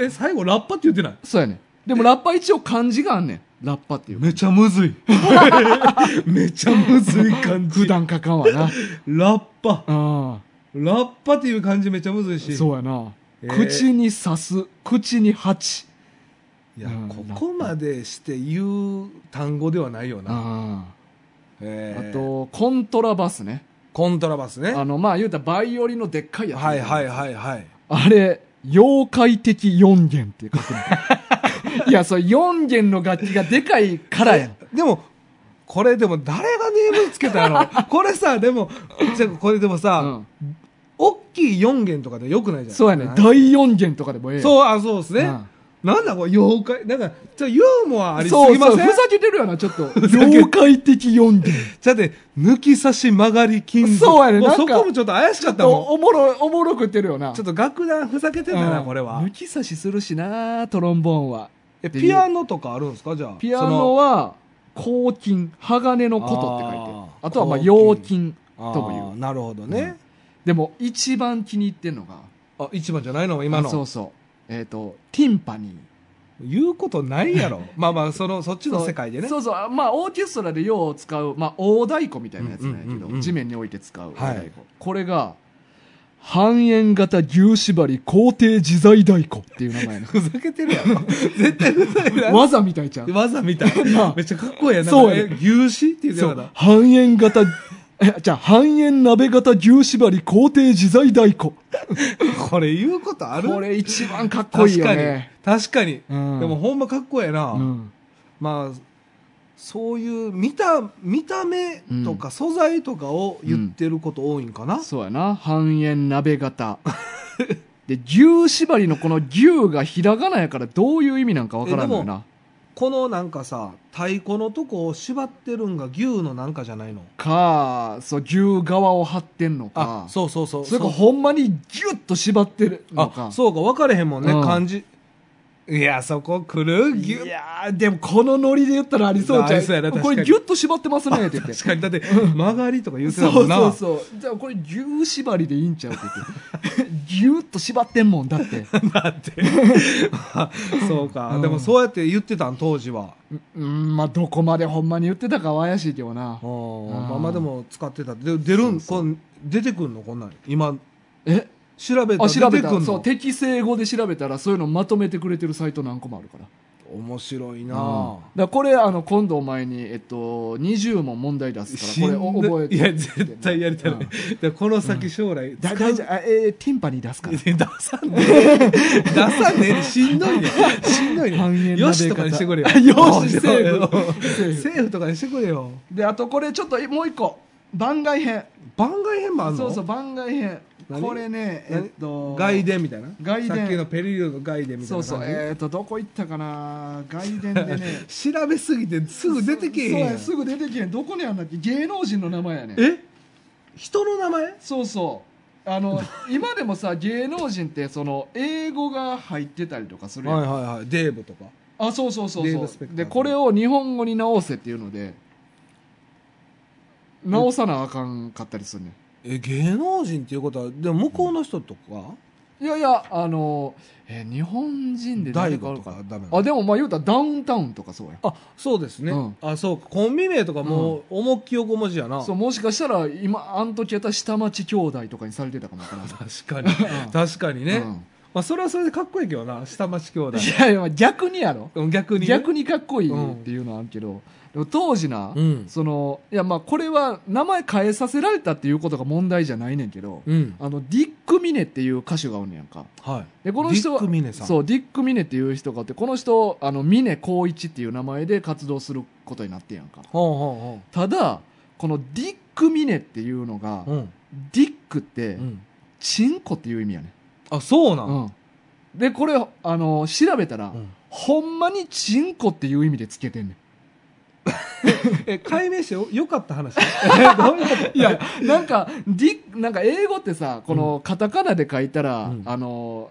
Speaker 2: え最後ラッパって言ってない
Speaker 1: そうやねでもラッパ一応漢字があんねんラッパっていう
Speaker 2: めちゃむずい めちゃむずい感じ
Speaker 1: 普段書かんわ な
Speaker 2: ラッパ
Speaker 1: あ
Speaker 2: ラッパっていう感じめちゃむずい
Speaker 1: あ
Speaker 2: し
Speaker 1: そうやな、
Speaker 2: えー
Speaker 1: 口に刺す口に鉢
Speaker 2: いや、
Speaker 1: うん
Speaker 2: ここまでして言う単語ではないよな、
Speaker 1: あ,、
Speaker 2: えー
Speaker 1: あとコントラバスね
Speaker 2: コントラバスね
Speaker 1: あのまあ言うたらバイオリンのでっかいやつ
Speaker 2: はいはいはいはい
Speaker 1: あれ、妖怪的四弦って書く のいや、それ四弦の楽器がでかいからやん。
Speaker 2: でも、これでも誰がネームつけたのこれさ、でも、じゃあこれでもさ、
Speaker 1: うん
Speaker 2: 大きい4弦とかでよくないじゃん。
Speaker 1: そうやね。
Speaker 2: はい
Speaker 1: 第四弦とかでもええやん
Speaker 2: そう、あ、そうですね。
Speaker 1: うん
Speaker 2: なんだこれ、妖怪。なんか、ちょ、ユーモアありす
Speaker 1: そう
Speaker 2: ぎませ
Speaker 1: そ
Speaker 2: ん
Speaker 1: うふざけてるよな、ちょっ と。
Speaker 2: ざけて
Speaker 1: 妖怪的 四弦。
Speaker 2: だって、抜き差し曲がり金属。
Speaker 1: そうやね
Speaker 2: も
Speaker 1: なん
Speaker 2: そ
Speaker 1: か
Speaker 2: こもちょっと怪しかったもん。
Speaker 1: おもろ、おもろくってるよな。
Speaker 2: ちょっ
Speaker 1: っ
Speaker 2: と楽団ふざけてんだな、これは
Speaker 1: 抜。き差しするしな、トロンボーンは。
Speaker 2: え、
Speaker 1: ていう
Speaker 2: ピアノとかあるんですかじゃあ。
Speaker 1: ピアノ
Speaker 2: は、
Speaker 1: は、黄金、鋼のことって書いて
Speaker 2: あー
Speaker 1: あとは、まあ、
Speaker 2: 黄金
Speaker 1: 陽金と
Speaker 2: あ
Speaker 1: も
Speaker 2: ー
Speaker 1: 言う。
Speaker 2: なるほどね。
Speaker 1: でも、一番気に入ってんのが、
Speaker 2: あ、一番じゃないの今の。
Speaker 1: そうそう。えっ、と、ティンパニー。
Speaker 2: 言うことな いやろ。まあまあ、その、そっちの世界でね。
Speaker 1: そうそうまあオーケストラでよう使う、まあ、大太鼓みたいなやつなんやけど、
Speaker 2: うんうんうんうん
Speaker 1: 地面に置いて使う大太鼓、
Speaker 2: はい
Speaker 1: これが半円型牛縛り皇帝自在太鼓っていう名前の
Speaker 2: ふざけてるやろ。 絶対ふざけてる。
Speaker 1: 技みたいじゃん
Speaker 2: 技みたい。
Speaker 1: なあ
Speaker 2: めっちゃかっこいいやな。
Speaker 1: そうやね
Speaker 2: え牛脂って言って
Speaker 1: そ
Speaker 2: た
Speaker 1: う
Speaker 2: か
Speaker 1: 半円型 えじゃあ半円鍋型牛縛り皇帝自在太鼓
Speaker 2: ら。これ言うことある
Speaker 1: これ一番かっこいい
Speaker 2: 確
Speaker 1: よ
Speaker 2: かに
Speaker 1: ね。
Speaker 2: 確かに。で
Speaker 1: うん
Speaker 2: もほんまかっこええ
Speaker 1: う
Speaker 2: な。
Speaker 1: ん
Speaker 2: まあ、そういう見た、見た目とか素材とかを言ってること多いんかな。
Speaker 1: そうやな半円鍋型 で牛縛りのこの牛がひらがなやからどういう意味なんかわからんのよ
Speaker 2: えで
Speaker 1: な
Speaker 2: このなんかさ、太鼓のとこを縛ってるんが牛のなんかじゃないの。
Speaker 1: かそう牛側を張ってんのか
Speaker 2: あ、そうそうそう。
Speaker 1: それか
Speaker 2: う
Speaker 1: ほんまにギュッと縛ってるの
Speaker 2: あ
Speaker 1: か、
Speaker 2: そうか、分かれへんもんね、
Speaker 1: うん
Speaker 2: 漢字。いや、そこ来る
Speaker 1: い
Speaker 2: 牛
Speaker 1: やーでもこのノリで言ったらありそうじ
Speaker 2: あ
Speaker 1: ゃ
Speaker 2: りそうやなん確
Speaker 1: こ
Speaker 2: かに
Speaker 1: れギュッと縛ってますねって言って
Speaker 2: 確かに、だって、曲がりとか言って
Speaker 1: そ
Speaker 2: た
Speaker 1: う
Speaker 2: もんな。
Speaker 1: そう そうじゃあこれ牛縛りでいいんちゃうって言って ギュッと縛ってんもんだって
Speaker 2: だって。 そうか、
Speaker 1: うん
Speaker 2: でもそうやって言ってたん、当時は。
Speaker 1: うんまあどこまでほんまに言ってたかは怪しいけどな
Speaker 2: まあまあでも使ってた。で、出るん、
Speaker 1: そう
Speaker 2: こん出てくんのこんなん。今、
Speaker 1: え
Speaker 2: 調べた
Speaker 1: あ
Speaker 2: ら
Speaker 1: 調べ
Speaker 2: 出て
Speaker 1: た
Speaker 2: くん
Speaker 1: そう
Speaker 2: の。
Speaker 1: 適正語で調べたらそういうのまとめてくれてるサイト何個もあるから
Speaker 2: 面白
Speaker 1: う
Speaker 2: いな
Speaker 1: んだか
Speaker 2: ぁ。
Speaker 1: らこれあの今度お前に、えっと、20問問題出すからこれお覚えて
Speaker 2: いや、絶対やりたい。
Speaker 1: うん
Speaker 2: だからこの先将来、
Speaker 1: だ
Speaker 2: 使う
Speaker 1: だじゃあえーティンパニー出すか
Speaker 2: 出
Speaker 1: ら
Speaker 2: さんねえ出さんねえしんどいねしんどい
Speaker 1: 半円
Speaker 2: ね
Speaker 1: 鍋
Speaker 2: よしとかにしてくれよ
Speaker 1: よしセーフセーフ
Speaker 2: セーフとかにしてくれよ
Speaker 1: であとこれちょっともう一個番外編
Speaker 2: 番外編もあんの
Speaker 1: そうそう番外編
Speaker 2: 何
Speaker 1: これね
Speaker 2: 何
Speaker 1: えっと
Speaker 2: 外伝みたいな
Speaker 1: 外伝
Speaker 2: さっきのペリリオの外伝みたい
Speaker 1: そう
Speaker 2: な
Speaker 1: そう
Speaker 2: 感じ
Speaker 1: えっとどこ行ったかな外伝でね
Speaker 2: 調べすぎてすぐ 出てけえへ
Speaker 1: そ
Speaker 2: ん
Speaker 1: う
Speaker 2: や
Speaker 1: や
Speaker 2: ん
Speaker 1: すぐ出てけへんどこにあんだっけ芸能人の名前やねん
Speaker 2: え人の名前
Speaker 1: そうそうあ の今でもさ芸能人ってその英語が入ってたりとかするやん、
Speaker 2: はいはいはいデーブとか
Speaker 1: あそうそうそう
Speaker 2: デー
Speaker 1: そ
Speaker 2: ブスペ
Speaker 1: う
Speaker 2: クター
Speaker 1: でこれを日本語に直せっていうので直さなあかんかったりするね
Speaker 2: え芸能人っていうことはでも向こうの人とか
Speaker 1: んいやいやあのえ日本人で
Speaker 2: 大
Speaker 1: 誰
Speaker 2: 悟
Speaker 1: か
Speaker 2: とか
Speaker 1: ある
Speaker 2: ダメな
Speaker 1: かあ
Speaker 2: の
Speaker 1: でもまあ言うたらダウンタウンとかそうや
Speaker 2: あそうですね、
Speaker 1: うん
Speaker 2: あそうかコンビ名とかもう重きを5文字やな、
Speaker 1: そうもしかしたら今あの時やったら下町兄弟とかにされてたかもわからん
Speaker 2: 確かに確かに ね、
Speaker 1: うん
Speaker 2: まあ、それはそれでかっこいいけどな下町兄弟
Speaker 1: いやいやまあ逆にやろ
Speaker 2: うん逆にね
Speaker 1: 逆にかっこいいっていうのはあるけど、でも当時な、
Speaker 2: うん
Speaker 1: そのいやまあこれは名前変えさせられたっていうことが問題じゃないねんけど、
Speaker 2: うん
Speaker 1: あのディック・ミネっていう歌手がおんねやんか
Speaker 2: はい
Speaker 1: でこの人は
Speaker 2: ディック・ミネさん
Speaker 1: そうディック・ミネっていう人がおってこの人あのミネ光一っていう名前で活動することになってんやんか
Speaker 2: ほうほ
Speaker 1: ただこのディック・ミネっていうのが、
Speaker 2: うほううん、
Speaker 1: ディックって
Speaker 2: うん、
Speaker 1: チンコっていう意味やね
Speaker 2: あそうな、
Speaker 1: うんんでこれあの調べたら、
Speaker 2: うん
Speaker 1: ほんまにチンコっていう意味でつけてんねん
Speaker 2: え解明してよよかった 話えどういうこと
Speaker 1: いや、なんか、ディックなんか英語ってさ、このカタカナで書いたら、
Speaker 2: うん
Speaker 1: あの、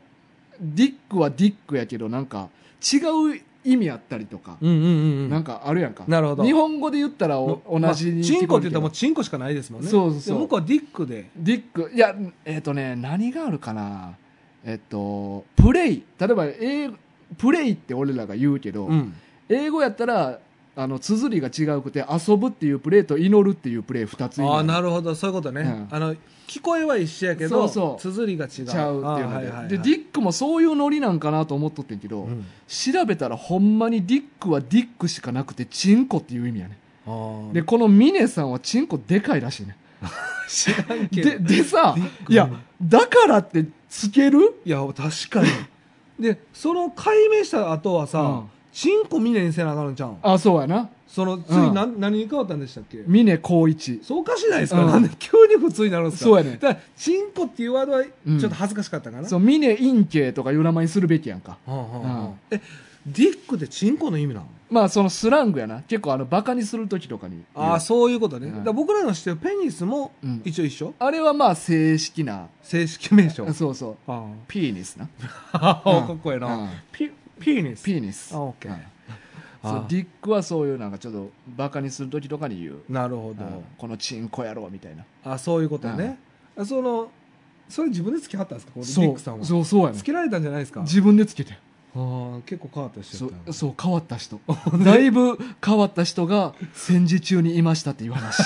Speaker 1: ディックはディックやけど、なんか、違う意味あったりとか、
Speaker 2: うんうんうんうん
Speaker 1: なんかあるやんか。
Speaker 2: なるほど
Speaker 1: 日本語で言ったらお同じ
Speaker 2: ま
Speaker 1: に
Speaker 2: あ
Speaker 1: 聞こえ
Speaker 2: チ
Speaker 1: るけど
Speaker 2: ンコって言ったらもうチンコしかないですもんね
Speaker 1: そうそうそう
Speaker 2: で向こうはディックで
Speaker 1: ディック、いや、えっ、とね、何があるかな。えっと、プレイ。例えば、英語プレイって俺らが言うけど、
Speaker 2: ん
Speaker 1: 英語やったら、あの、綴りが違うくて、遊ぶっていうプレイと祈るっていうプレイ二つ意味
Speaker 2: あ
Speaker 1: あ
Speaker 2: あ
Speaker 1: る
Speaker 2: なるほどそういうことね、
Speaker 1: うん
Speaker 2: あの聞こえは一緒やけ
Speaker 1: そ
Speaker 2: ど
Speaker 1: うそう
Speaker 2: 綴りが違う
Speaker 1: ちゃうっていう
Speaker 2: あ
Speaker 1: の
Speaker 2: ー
Speaker 1: で、
Speaker 2: はいはいはい
Speaker 1: でディックもそういうノリなんかなと思っとってんけど、
Speaker 2: うん
Speaker 1: 調べたらほんまにディックはディックしかなくてチンコっていう意味やね
Speaker 2: あー
Speaker 1: でこのミネさんはチンコでかいらしいね
Speaker 2: 知らんけど
Speaker 1: ででさ
Speaker 2: ディック
Speaker 1: いやだからってつける
Speaker 2: いや確かにでその解明した後はさ、
Speaker 1: うん
Speaker 2: チンコ見ねえにせなあかんのちゃうん
Speaker 1: あそうやな
Speaker 2: その次、
Speaker 1: うん
Speaker 2: なん、何に変わったんでしたっけ
Speaker 1: ミネ光一
Speaker 2: そうおかしいないですか、
Speaker 1: うん
Speaker 2: なんで急に普通になるんですか
Speaker 1: そうやね
Speaker 2: だからチンコっていうワードはち
Speaker 1: う
Speaker 2: ょ
Speaker 1: ん
Speaker 2: っと恥ずかしかったかな、
Speaker 1: そうミネ陰茎とかいう名前にするべきやんか
Speaker 2: はあはあはあ
Speaker 1: うん
Speaker 2: えディックってチンコの意味なの
Speaker 1: まあそのスラングやな結構あのバカにする時とかに言う
Speaker 2: ああそういうことね、
Speaker 1: うん
Speaker 2: だから僕らの知ってるペニスも
Speaker 1: うん
Speaker 2: 一応一緒、
Speaker 1: あれはまあ正式な
Speaker 2: 正式名称
Speaker 1: そうそう
Speaker 2: あ
Speaker 1: ピーニスな
Speaker 2: あ
Speaker 1: うん
Speaker 2: かっこええな、
Speaker 1: うん
Speaker 2: ピピーニス
Speaker 1: ピーニス
Speaker 2: あオッケー
Speaker 1: うん
Speaker 2: あ
Speaker 1: そ
Speaker 2: ー
Speaker 1: うディックはそういうなんかちょっとバカにする時とかに言う
Speaker 2: なるほど、
Speaker 1: うんこのチンコ野郎みたいな
Speaker 2: あそういうことね、そのそれ自分でつけはったんですかこのディックさんは
Speaker 1: そうそうやね
Speaker 2: つけられたんじゃないですか
Speaker 1: 自分でつけて
Speaker 2: ああ結構変わった人
Speaker 1: そ
Speaker 2: やっ
Speaker 1: う
Speaker 2: た
Speaker 1: そう変わった人 だいぶ変わった人が戦時中にいましたっていう 話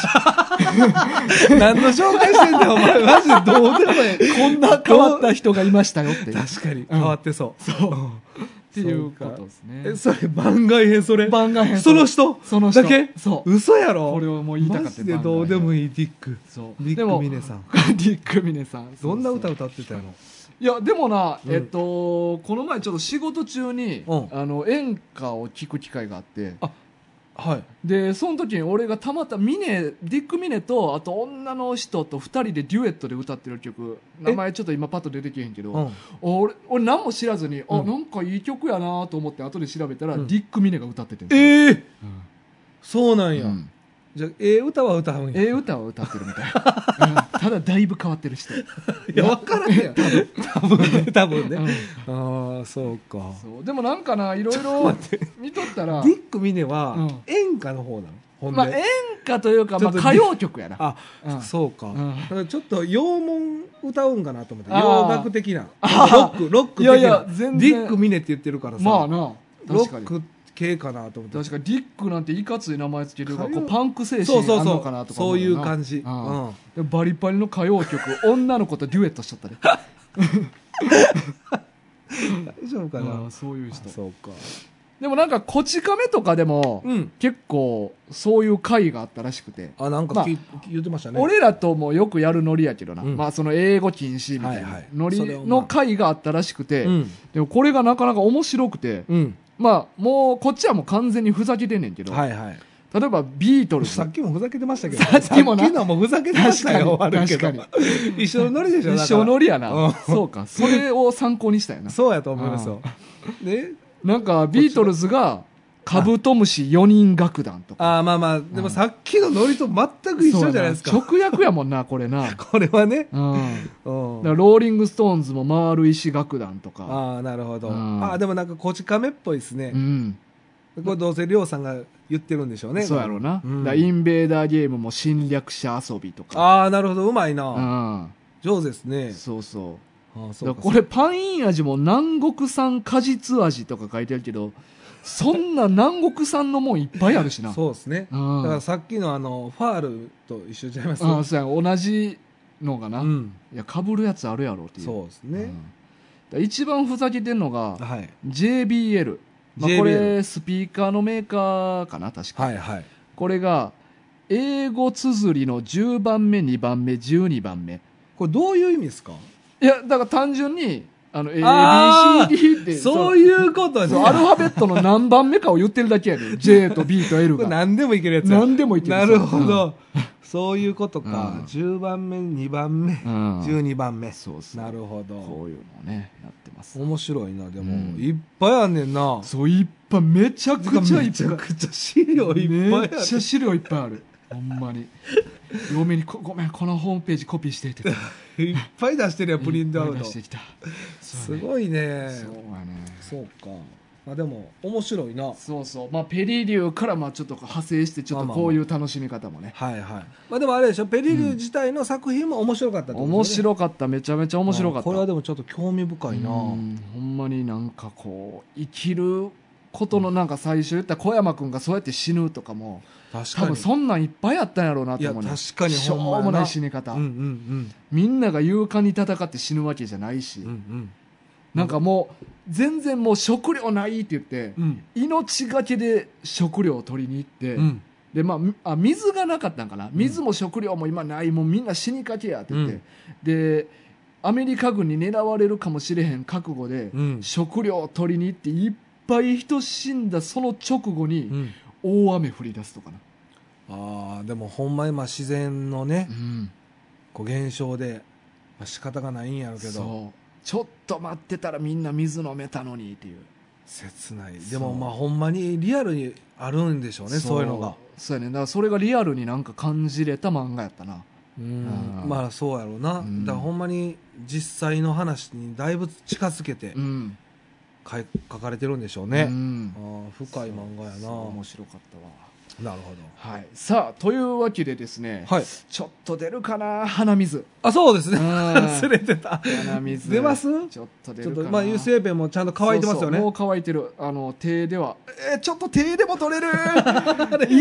Speaker 2: 何の紹介してんだよお前マジでどうでもええ
Speaker 1: こんな変わった人がいましたよ っていうっ
Speaker 2: 確かに変わってそう、そう
Speaker 1: ていうことですね
Speaker 2: えそれ番外編それ
Speaker 1: 番外編
Speaker 2: その人
Speaker 1: その人
Speaker 2: だけ
Speaker 1: そう
Speaker 2: 嘘やろ
Speaker 1: これをもう言いたかった
Speaker 2: マジでどうでも
Speaker 1: い
Speaker 2: いいディック
Speaker 1: そう
Speaker 2: ディ
Speaker 1: で
Speaker 2: ッ
Speaker 1: も
Speaker 2: クミ
Speaker 1: ディ
Speaker 2: ネさん
Speaker 1: ック・ミネさん
Speaker 2: どんな歌
Speaker 1: そうそう
Speaker 2: 歌ってたの
Speaker 1: いやでもな、
Speaker 2: うん
Speaker 1: えっとこの前ちょっと仕事中に、
Speaker 2: うん
Speaker 1: あの演歌を聞く機会があって
Speaker 2: はい
Speaker 1: でその時に俺がたまたまミネディック・ミネとあと女の人と2人でデュエットで歌ってる曲名前ちょっと今パッと出てけへんけど、
Speaker 2: うん
Speaker 1: 俺俺何も知らずに、
Speaker 2: う
Speaker 1: あ
Speaker 2: ん
Speaker 1: なんかいい曲やなと思って後で調べたら、
Speaker 2: うん
Speaker 1: ディック・ミネが歌っててえ
Speaker 2: ええそうなんや、
Speaker 1: うん
Speaker 2: じゃあええ歌は歌うんや
Speaker 1: ええ歌を歌ってる みたいな、うんただだいぶ変わってる人、
Speaker 2: いや分からへんやん多分 ね多分ね、
Speaker 1: うん
Speaker 2: ああそうか
Speaker 1: そうでもなんかないろいろ見とったら
Speaker 2: ディック・ミネは
Speaker 1: うん
Speaker 2: 演歌の方なのほんで、
Speaker 1: まあ、演歌というか、まあ、
Speaker 2: ちょっと
Speaker 1: 歌謡曲やな。
Speaker 2: あ、
Speaker 1: うん
Speaker 2: そうか,、
Speaker 1: ん
Speaker 2: だからちょっと洋文歌うんかなと思った
Speaker 1: あ
Speaker 2: 洋
Speaker 1: ー
Speaker 2: 楽的なロ
Speaker 1: あ
Speaker 2: ックロック的ない
Speaker 1: やいや全然
Speaker 2: ディック・ミネって言ってるからさ、
Speaker 1: まあな、
Speaker 2: ロ
Speaker 1: 確か
Speaker 2: ッ
Speaker 1: に。
Speaker 2: ク系かなと思って
Speaker 1: 確かに、ディックなんていかつい名前つけるが、
Speaker 2: 歌
Speaker 1: こ
Speaker 2: 謡
Speaker 1: うパンク精神
Speaker 2: そうそう
Speaker 1: あん
Speaker 2: そ
Speaker 1: のかな
Speaker 2: う
Speaker 1: とか
Speaker 2: そ
Speaker 1: 思
Speaker 2: う
Speaker 1: よ
Speaker 2: い
Speaker 1: な
Speaker 2: う感じ、うん
Speaker 1: うんでバリバリの歌謡曲、 女の子とデュエットしちゃったね。
Speaker 2: 大丈夫かな、
Speaker 1: うんそういう
Speaker 2: あ
Speaker 1: 人。
Speaker 2: そうか
Speaker 1: でもなんか、こち亀とかでも、
Speaker 2: うん
Speaker 1: 結構、そういう回があったらしくて。
Speaker 2: あなん
Speaker 1: ま
Speaker 2: か
Speaker 1: あ
Speaker 2: き、言ってましたね
Speaker 1: 俺らともよくやるノリやけどな、
Speaker 2: うん
Speaker 1: まあその英語禁止みたい
Speaker 2: はい
Speaker 1: な
Speaker 2: はい
Speaker 1: ノリ
Speaker 2: それをまあ
Speaker 1: の回があったらしくて、
Speaker 2: うん
Speaker 1: でもこれがなかなか面白くて、
Speaker 2: うん
Speaker 1: まあもうこっちはもう完全にふざけてんねんけど、
Speaker 2: はいはい
Speaker 1: 例えばビートルズ
Speaker 2: さっきもふざけてましたけ ど
Speaker 1: さっきもな
Speaker 2: さっきのもふざけてました
Speaker 1: 確
Speaker 2: よ
Speaker 1: かに
Speaker 2: 悪いけど
Speaker 1: 確
Speaker 2: 一緒のノリでしょだから
Speaker 1: 一生ノリやな、
Speaker 2: うん
Speaker 1: そうかそれを参考にしたよな
Speaker 2: そうやと思いますよで
Speaker 1: なんかビートルズがカブトムシ4人楽団とか。
Speaker 2: ああ、まあまあ、でもさっきのノリと全く一緒じゃないです
Speaker 1: そう
Speaker 2: か。
Speaker 1: やな直訳やもんな、これな。
Speaker 2: これはね。
Speaker 1: うん。
Speaker 2: うん
Speaker 1: だからローリング・ストーンズも回る石楽団とか。
Speaker 2: ああ、なるほど。
Speaker 1: うん
Speaker 2: ああ、でもなんか、こち亀っぽいですね
Speaker 1: う。ん。
Speaker 2: これどうせ、りょうさんが言ってるんでしょうね。
Speaker 1: そうやろうな。
Speaker 2: うん
Speaker 1: だからインベーダーゲームも侵略者遊びとか。
Speaker 2: ああ、なるほど。うまいな。上手です
Speaker 1: う
Speaker 2: ね
Speaker 1: ん。。そうそう。
Speaker 2: ああ、
Speaker 1: だ
Speaker 2: そ
Speaker 1: から
Speaker 2: うか。
Speaker 1: これパイン味も南国産果実味とか書いてあるけど、そんな南国産のもんいっぱいあるしな。
Speaker 2: そうですね。
Speaker 1: うん
Speaker 2: だからさっきのあの、ファールと一緒ちゃいます
Speaker 1: あそうや同じのがな、
Speaker 2: う
Speaker 1: い
Speaker 2: ん。
Speaker 1: やかぶるやつあるやろっていう
Speaker 2: そうです
Speaker 1: う
Speaker 2: ね。
Speaker 1: んだから一番ふざけてんのが
Speaker 2: はい。
Speaker 1: JBL、まあ、
Speaker 2: JBL
Speaker 1: これスピーカーのメーカーかな確か、
Speaker 2: はいはい。
Speaker 1: これが英語綴りの10番目2番目12番目
Speaker 2: これどういう意味ですか
Speaker 1: いやだから単純にあの
Speaker 2: あー
Speaker 1: ABCD って
Speaker 2: そう
Speaker 1: う
Speaker 2: いうことね
Speaker 1: そうアルファベットの何番目かを言ってるだけや で J と B と L
Speaker 2: これ
Speaker 1: が
Speaker 2: 何でもいけるやつや
Speaker 1: 何でもいける
Speaker 2: なるほ、ど。そういうことか
Speaker 1: うん。
Speaker 2: 10番目、2番目、
Speaker 1: うんうん、
Speaker 2: 12番目。
Speaker 1: そうそう
Speaker 2: なるほど。
Speaker 1: こういうのねなってます
Speaker 2: 面白いな、でも。
Speaker 1: うん
Speaker 2: いっぱいあんねんな。
Speaker 1: そういっぱいめちゃくちゃいっぱい
Speaker 2: めちゃくちゃ資料いっぱいある
Speaker 1: めっちゃ資料いっぱいあるほんまに嫁にこごめんこのホームページコピーしてって
Speaker 2: いっぱい出してるや んプリントアウ
Speaker 1: いっぱい
Speaker 2: ト
Speaker 1: 出してきた
Speaker 2: すごいね
Speaker 1: そうやね
Speaker 2: そうかまあでも面白いな
Speaker 1: そうそうまあペリリューからまあちょっと派生してちょっとこういう楽しみ方もね
Speaker 2: はいはいまあでもあれでしょペリリュー自体の作品も面白かったってこと
Speaker 1: 面
Speaker 2: ね
Speaker 1: 白かっためちゃめちゃ面白かった
Speaker 2: これはでもちょっと興味深いな
Speaker 1: うんほんまになんかこう生きることのなんか最初言った小山君がそうやって死ぬとかも
Speaker 2: 確
Speaker 1: 多
Speaker 2: か
Speaker 1: 分
Speaker 2: に
Speaker 1: そんなんいっぱいあったんやろうなと思うね
Speaker 2: いや確かに
Speaker 1: しょ
Speaker 2: ほ
Speaker 1: うん
Speaker 2: まやな
Speaker 1: もない死に方、
Speaker 2: うんうん
Speaker 1: みんなが勇敢に戦って死ぬわけじゃないし、
Speaker 2: うんうん
Speaker 1: なんかもう全然もう食料ないって言って、
Speaker 2: うん
Speaker 1: 命がけで食料を取りに行って、
Speaker 2: うん
Speaker 1: でまあみあ水がなかったんかな水も食料も今ないもうみんな死にかけやって言って、でアメリカ軍に狙われるかもしれへん覚悟で、
Speaker 2: うん
Speaker 1: 食料を取りに行っていっぱい人死んだその直後
Speaker 2: う
Speaker 1: に
Speaker 2: ん
Speaker 1: 大雨降り出すとかな、
Speaker 2: ああでもほんま今自然のね
Speaker 1: うん
Speaker 2: こう現象でまあ仕方がないんやろうけど
Speaker 1: そうちょっと待ってたらみんな水飲めたのにっていう。
Speaker 2: 切ない
Speaker 1: そう
Speaker 2: でもまあほんまにリアルにあるんでしょうねそういうのが
Speaker 1: そうやねだからそれがリアルになんか感じれた漫画やったな
Speaker 2: うん
Speaker 1: うん
Speaker 2: まあそうやろうな、
Speaker 1: うん
Speaker 2: だからほんまに実際の話にだいぶ近づけて
Speaker 1: ん
Speaker 2: かい書かれてるんでしょう
Speaker 1: う
Speaker 2: ね、
Speaker 1: ん
Speaker 2: ああ深い漫画やな
Speaker 1: そう面白かったわ
Speaker 2: なるほ
Speaker 1: はいさあというわけでですね、
Speaker 2: どはい
Speaker 1: ちょっと出るかな鼻水
Speaker 2: あそうですね
Speaker 1: 忘
Speaker 2: 忘れてた
Speaker 1: 鼻水
Speaker 2: 出ます
Speaker 1: ちょっと出
Speaker 2: ちょ
Speaker 1: る
Speaker 2: っ
Speaker 1: か
Speaker 2: と
Speaker 1: な
Speaker 2: まあ油性ペンもちゃんと乾いてますよね
Speaker 1: そうそうもう乾いてるあの手ではえーちょっと手でも取 れる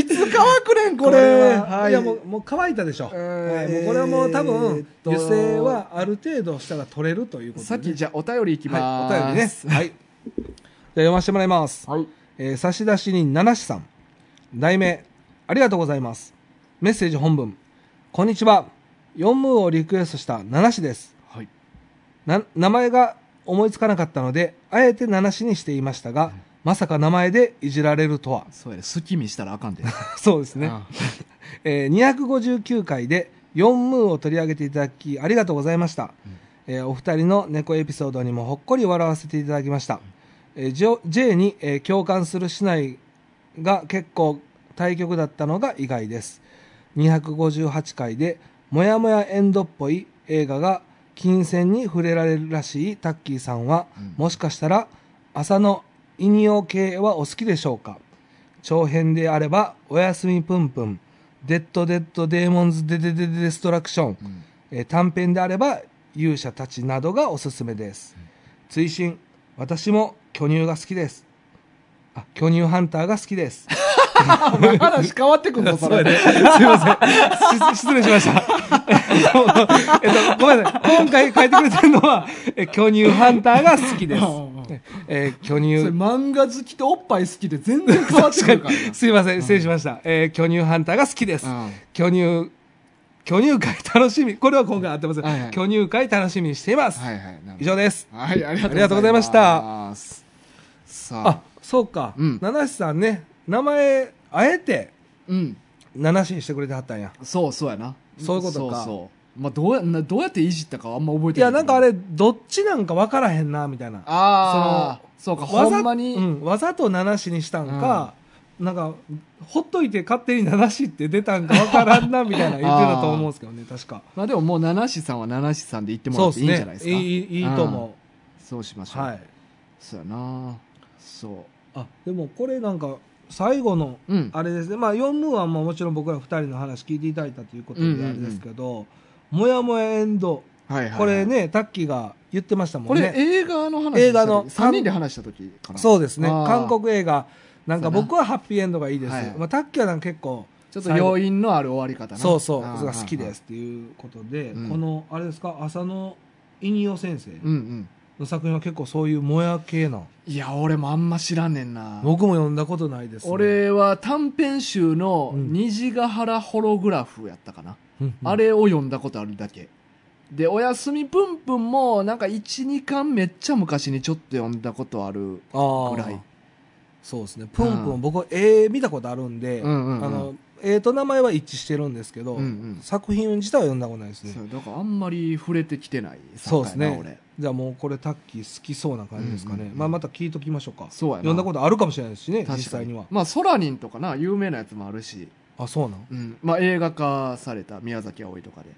Speaker 1: いつ乾くねんこれ
Speaker 2: は
Speaker 1: はい
Speaker 2: いやもうもう乾いたでしょ、
Speaker 1: え
Speaker 2: はい
Speaker 1: ー
Speaker 2: もうこれはもう多
Speaker 1: えー
Speaker 2: 分
Speaker 1: っと
Speaker 2: 油性はある程度したら取れるということで
Speaker 1: さっきじゃあお便りいきま
Speaker 2: はい、お便りね
Speaker 1: す、
Speaker 2: はいじゃあ読ませてもらいます
Speaker 1: はい、
Speaker 2: えー差出人七志さん題名ありがとうございますメッセージ本文こんにちは4ムーをリクエストした七志です
Speaker 1: はい
Speaker 2: な名前が思いつかなかったのであえて七志にしていましたがまさか名前でいじられると は
Speaker 1: そうやね好き見したらあかんで
Speaker 2: そうですね、えー259回で4ムーを取り上げていただきありがとうございました、えーお二人の猫エピソードにもほっこり笑わせていただきました、えージョ J に、えー共感する市内が結構対局だったのが意外です258回でもやもやエンドっぽい映画が金銭に触れられるらしいタッキーさんは、
Speaker 1: うん
Speaker 2: もしかしたら朝のイニオ系はお好きでしょうか長編であれば「おやすみぷんぷん」「デッド・デッド・デーモンズ・デデデデデストラクション」
Speaker 1: ん
Speaker 2: えー短編であれば「勇者たち」などがおすすめです、追伸私も巨乳が好きですあ巨乳ハンターが好きです
Speaker 1: 話変わって くんの それ
Speaker 2: すいません し失礼しましたえっとごめんなさい今回書いてくれてるのはえー巨乳ハンターが好きですえー巨
Speaker 1: それ
Speaker 2: 乳
Speaker 1: 漫画好きとおっぱい好きで全然変わってくるからな
Speaker 2: すいません失礼しました、えー巨乳ハンターが好きです、
Speaker 1: うん
Speaker 2: 巨乳巨乳会楽しみこれは今回合ってます、
Speaker 1: はいはい
Speaker 2: 巨乳会楽しみにしています、
Speaker 1: はいはいなるほど
Speaker 2: 以上です
Speaker 1: はいあ
Speaker 2: ありが
Speaker 1: り
Speaker 2: と
Speaker 1: が
Speaker 2: う
Speaker 1: と
Speaker 2: ご
Speaker 1: うご
Speaker 2: ざ
Speaker 1: ざ
Speaker 2: い
Speaker 1: い
Speaker 2: ま
Speaker 1: ま
Speaker 2: し
Speaker 1: したたさ
Speaker 2: あ
Speaker 1: あ
Speaker 2: そうか、
Speaker 1: うん
Speaker 2: 七七さんね名前あえて
Speaker 1: うん
Speaker 2: 七七にしてくれてはったんや
Speaker 1: そうそうやな
Speaker 2: そういうことか
Speaker 1: そうそうまあどうやなどうやっていじったかはあんま覚え
Speaker 2: い
Speaker 1: てない
Speaker 2: やなんかあれどっちなんか分からへんなみたいな
Speaker 1: ああ
Speaker 2: その
Speaker 1: そうか
Speaker 2: わ
Speaker 1: ほ
Speaker 2: ざ
Speaker 1: んまに、
Speaker 2: うんわざと7子にしたんか、なんかほっといて勝手に7子って出たんかわからんなみたいな言ってたと思うんですけどね確か
Speaker 1: まあでももう七子さんは七子さんで言ってもら
Speaker 2: そう
Speaker 1: って
Speaker 2: です
Speaker 1: いいんじゃ
Speaker 2: ね
Speaker 1: ないです
Speaker 2: い
Speaker 1: かそう
Speaker 2: いいいいと思
Speaker 1: しまし
Speaker 2: う、
Speaker 1: ょう、
Speaker 2: はい
Speaker 1: そうやなそ
Speaker 2: あでもこれなんか最後の
Speaker 1: ううん
Speaker 2: あれですねまあ4ムーはもうもちろん僕ら2人の話聞いていただいたということ
Speaker 1: うんうん
Speaker 2: で
Speaker 1: うん
Speaker 2: あれですけど、もやもやエンド
Speaker 1: はいはいはい
Speaker 2: これねタッキーが言ってましたも
Speaker 1: こ
Speaker 2: んね
Speaker 1: れ映画の話
Speaker 2: 映画の
Speaker 1: 3人で話した時かな
Speaker 2: そうですね
Speaker 1: あー
Speaker 2: 韓国映画なんか
Speaker 1: そうやな
Speaker 2: 僕はハッピーエンドがいいです、
Speaker 1: はい
Speaker 2: まあ、タッキーはなんか結構
Speaker 1: ちょっと要因のある終わり方な
Speaker 2: そうそう
Speaker 1: あー
Speaker 2: それが好きですっていうことで、
Speaker 1: うん
Speaker 2: このあれですか浅野稲代先生
Speaker 1: うんうん
Speaker 2: の作品は結構そういうもや系ない
Speaker 1: や俺もあんま知らんねんな
Speaker 2: 僕も読んだことないです、ね、
Speaker 1: 俺は短編集の「
Speaker 2: うん
Speaker 1: 虹ヶ原ホログラフ」やったかな、
Speaker 2: うんうん
Speaker 1: あれを読んだことあるだけで「おやすみぷんぷん」もなんか12巻めっちゃ昔にちょっと読んだことある
Speaker 2: あー
Speaker 1: ぐらい
Speaker 2: そうですねプンプン僕絵見たことあるんで、
Speaker 1: うんうんうん
Speaker 2: あの絵と名前は一致してるんですけど、
Speaker 1: うんうん
Speaker 2: 作品自体は読んだことないですね
Speaker 1: そうだからあんまり触れてきてない
Speaker 2: そうです
Speaker 1: 作家やな
Speaker 2: ね
Speaker 1: 俺
Speaker 2: じゃあもうこれタッキー好きそうな感じですかね、
Speaker 1: うんうんうん
Speaker 2: まあ、また聞いときましょうか
Speaker 1: そうやな
Speaker 2: 読んだことあるかもしれないですしね
Speaker 1: 確か
Speaker 2: 実際には
Speaker 1: まあソラニンとかな有名なやつもあるし、
Speaker 2: あそうなん
Speaker 1: うんまあ、映画化された宮崎あおいとかで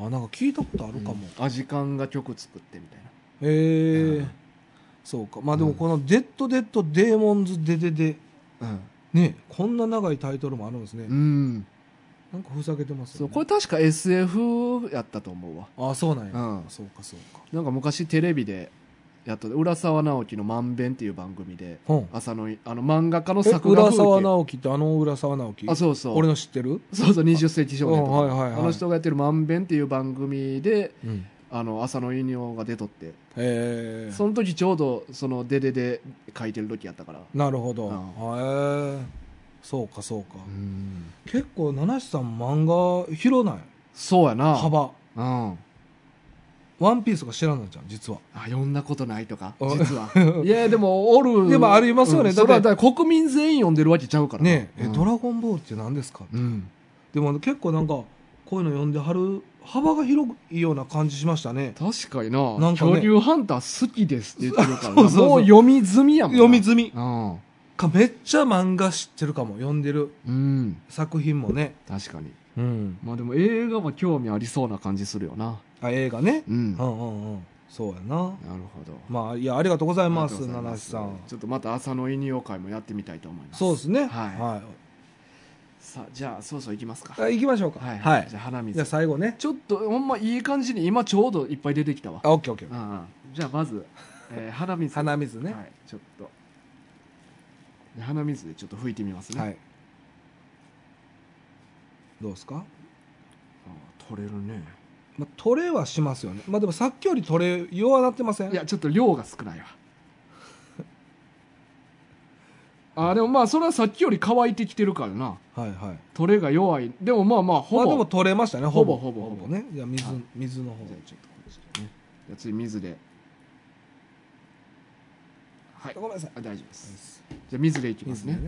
Speaker 2: あなんか聞いたことあるかも、
Speaker 1: うんアジカンが曲作ってみたいな
Speaker 2: えー
Speaker 1: うん
Speaker 2: そうかまあでもこの「デッド・デッド・デーモンズ・デデデ
Speaker 1: うん、」
Speaker 2: ねこんな長いタイトルもあるんですね、なんかふざけてます
Speaker 1: そ
Speaker 2: よ、
Speaker 1: う
Speaker 2: ね、
Speaker 1: これ確か SF やったと思うわ、
Speaker 2: あそうなんや、
Speaker 1: うん
Speaker 2: そうかそうか
Speaker 1: なんか昔テレビでやった浦沢直樹の「まんべん」っていう番組で
Speaker 2: うん
Speaker 1: 朝のいあの漫画家の
Speaker 2: え
Speaker 1: 作画
Speaker 2: 浦
Speaker 1: 風
Speaker 2: 沢
Speaker 1: 景
Speaker 2: 直樹ってあの浦沢直樹
Speaker 1: あそうそう
Speaker 2: 俺の知ってる
Speaker 1: そうそう20世紀少年とか、
Speaker 2: うんはいはいはい
Speaker 1: あの人がやってる「まんべん」っていう番組で
Speaker 2: うん
Speaker 1: あの朝の犬が出とって
Speaker 2: えー
Speaker 1: その時ちょうどその「デデで書いてる時やったから
Speaker 2: なるほど、
Speaker 1: う
Speaker 2: へ
Speaker 1: ん
Speaker 2: えそうかそうか、結構七七さん漫画広ない
Speaker 1: そうやな
Speaker 2: 幅
Speaker 1: うんあ
Speaker 2: ワンピースが知らないじゃん実は
Speaker 1: 読んだことないとか
Speaker 2: あ
Speaker 1: 実 はいやでもおる
Speaker 2: でもありますよね
Speaker 1: うん
Speaker 2: だ
Speaker 1: そ
Speaker 2: って
Speaker 1: れはだから国民全員読んでるわけちゃうからな
Speaker 2: ねえ、え
Speaker 1: うん
Speaker 2: ドラゴンボールって何ですか、
Speaker 1: うん
Speaker 2: でも結構なんかこういうの読んではる幅が広いような感じしましたね
Speaker 1: 確かにな
Speaker 2: なんかね
Speaker 1: 恐竜ハンター好きですって言ってるからな
Speaker 2: そうそうそう
Speaker 1: もう読み済みやもんな
Speaker 2: 読み済み
Speaker 1: うん
Speaker 2: かめっちゃ漫画知ってるかも読んでる
Speaker 1: うん
Speaker 2: 作品もね、
Speaker 1: 確かに
Speaker 2: うん、
Speaker 1: まあでも映画は興味ありそうな感じするよな
Speaker 2: あ映画ね、
Speaker 1: うん
Speaker 2: う、
Speaker 1: なんる
Speaker 2: うんうんそうやな
Speaker 1: ほど
Speaker 2: まあいやありがとうございます
Speaker 1: ありがとうござい
Speaker 2: 七
Speaker 1: ま
Speaker 2: 七さん
Speaker 1: ちょっとまた朝の犬用会もやってみたいと思います
Speaker 2: そうですね
Speaker 1: はい
Speaker 2: は
Speaker 1: さあじゃあそうそう行きますか
Speaker 2: いあ行きましょうか
Speaker 1: はい、じゃあ鼻
Speaker 2: じゃあ
Speaker 1: 水
Speaker 2: 最後ね
Speaker 1: ちょっとほんまいい感じに今ちょうどいっぱい出てきたわ
Speaker 2: あオッケーオッケー
Speaker 1: うんうんじゃあまず、えー鼻水
Speaker 2: 鼻水ね
Speaker 1: はい、ちょっとで鼻水でちょっと拭いてみますね、
Speaker 2: はいどうですか、
Speaker 1: あー取れるね
Speaker 2: まあ、トレはしますよねまあでもさっきよりトレ弱なってません
Speaker 1: いやちょっと量が少ないわあーでもまあそれはさっきより乾いてきてるからな
Speaker 2: はいはい
Speaker 1: 取れが弱いでもまあまあほ
Speaker 2: ま
Speaker 1: ぼ、
Speaker 2: あでも取れましたねほぼ
Speaker 1: ほぼほぼほぼ
Speaker 2: ねじゃあ水
Speaker 1: はい
Speaker 2: 水の方
Speaker 1: じゃあちょっとこっちでねじゃあ次水ではい
Speaker 2: ごめんなさい
Speaker 1: あ大丈夫ですじゃあ水でいきますね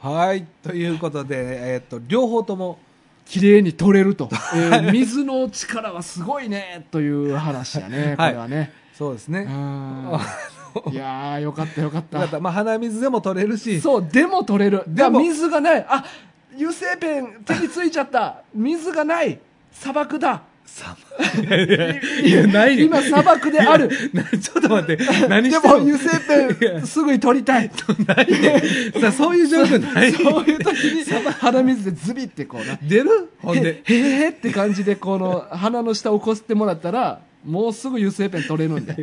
Speaker 2: はいということで、えーっと両方とも
Speaker 1: 綺麗に取れ ると、えー水の力はすごいねという話やねこ
Speaker 2: はい
Speaker 1: れはね、
Speaker 2: そうですね
Speaker 1: うん いやーよかったよかった
Speaker 2: だからまあ鼻水でも取れるし
Speaker 1: そうでも取れるで
Speaker 2: でも
Speaker 1: 水がないあ油性ペン手についちゃった水がない砂漠だ
Speaker 2: さいやないよ
Speaker 1: 今砂漠である
Speaker 2: なちょっと待って 何
Speaker 1: で
Speaker 2: し
Speaker 1: も
Speaker 2: てんの
Speaker 1: 油性ペンすぐに取りたい
Speaker 2: さそういう状況ない
Speaker 1: そういう時に鼻水でズビってこうな
Speaker 2: 出るほんで
Speaker 1: へへへって感じでこの鼻の下をこすってもらったらもうすぐ油性ペン取れるんで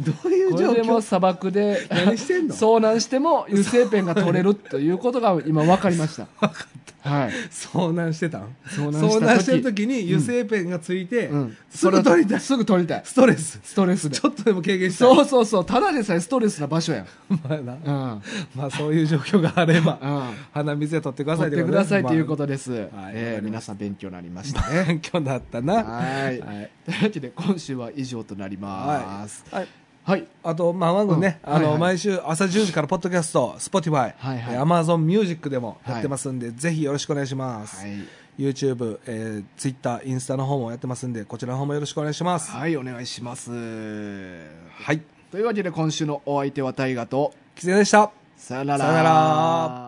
Speaker 2: どういう
Speaker 1: こ
Speaker 2: 状
Speaker 1: れでも
Speaker 2: 況
Speaker 1: 砂漠で
Speaker 2: 何してんの
Speaker 1: 遭難しても油性ペンが取れるということが今 分かりましたはい
Speaker 2: 遭難してたん
Speaker 1: 遭難した時
Speaker 2: 遭難してる時に油性ペンがついて、
Speaker 1: うん
Speaker 2: すぐ取りたい
Speaker 1: すぐ取りたい
Speaker 2: ストレス
Speaker 1: ストレスで
Speaker 2: ちょっとでも軽減したい
Speaker 1: そうそうそうただでさえストレスな場所やん
Speaker 2: まあな
Speaker 1: うん
Speaker 2: まあそういう状況があれば、
Speaker 1: うん
Speaker 2: 鼻水で取ってください
Speaker 1: 取ってくださいということとですえ
Speaker 2: はい
Speaker 1: ー皆さん勉強になりまし
Speaker 2: で
Speaker 1: た
Speaker 2: すねまあ勉強だったな
Speaker 1: はい
Speaker 2: はい
Speaker 1: というわけで今週は以上となります
Speaker 2: はい
Speaker 1: はい
Speaker 2: あと、まあ、ワングね、
Speaker 1: うん
Speaker 2: あの、
Speaker 1: はいはい
Speaker 2: 毎週朝10時から、ポッドキャスト、Spotify、
Speaker 1: はいはい
Speaker 2: えー Amazon Music でもやってますんで、ぜひよろしくお願いします。
Speaker 1: はい
Speaker 2: YouTube、えー、Twitter、インスタの方もやってますんで、こちらの方もよろしくお願いします。
Speaker 1: はいお願いします
Speaker 2: はい。
Speaker 1: というわけで今週のお相手は大ガと
Speaker 2: きつねでした。
Speaker 1: さよなら
Speaker 2: さよなら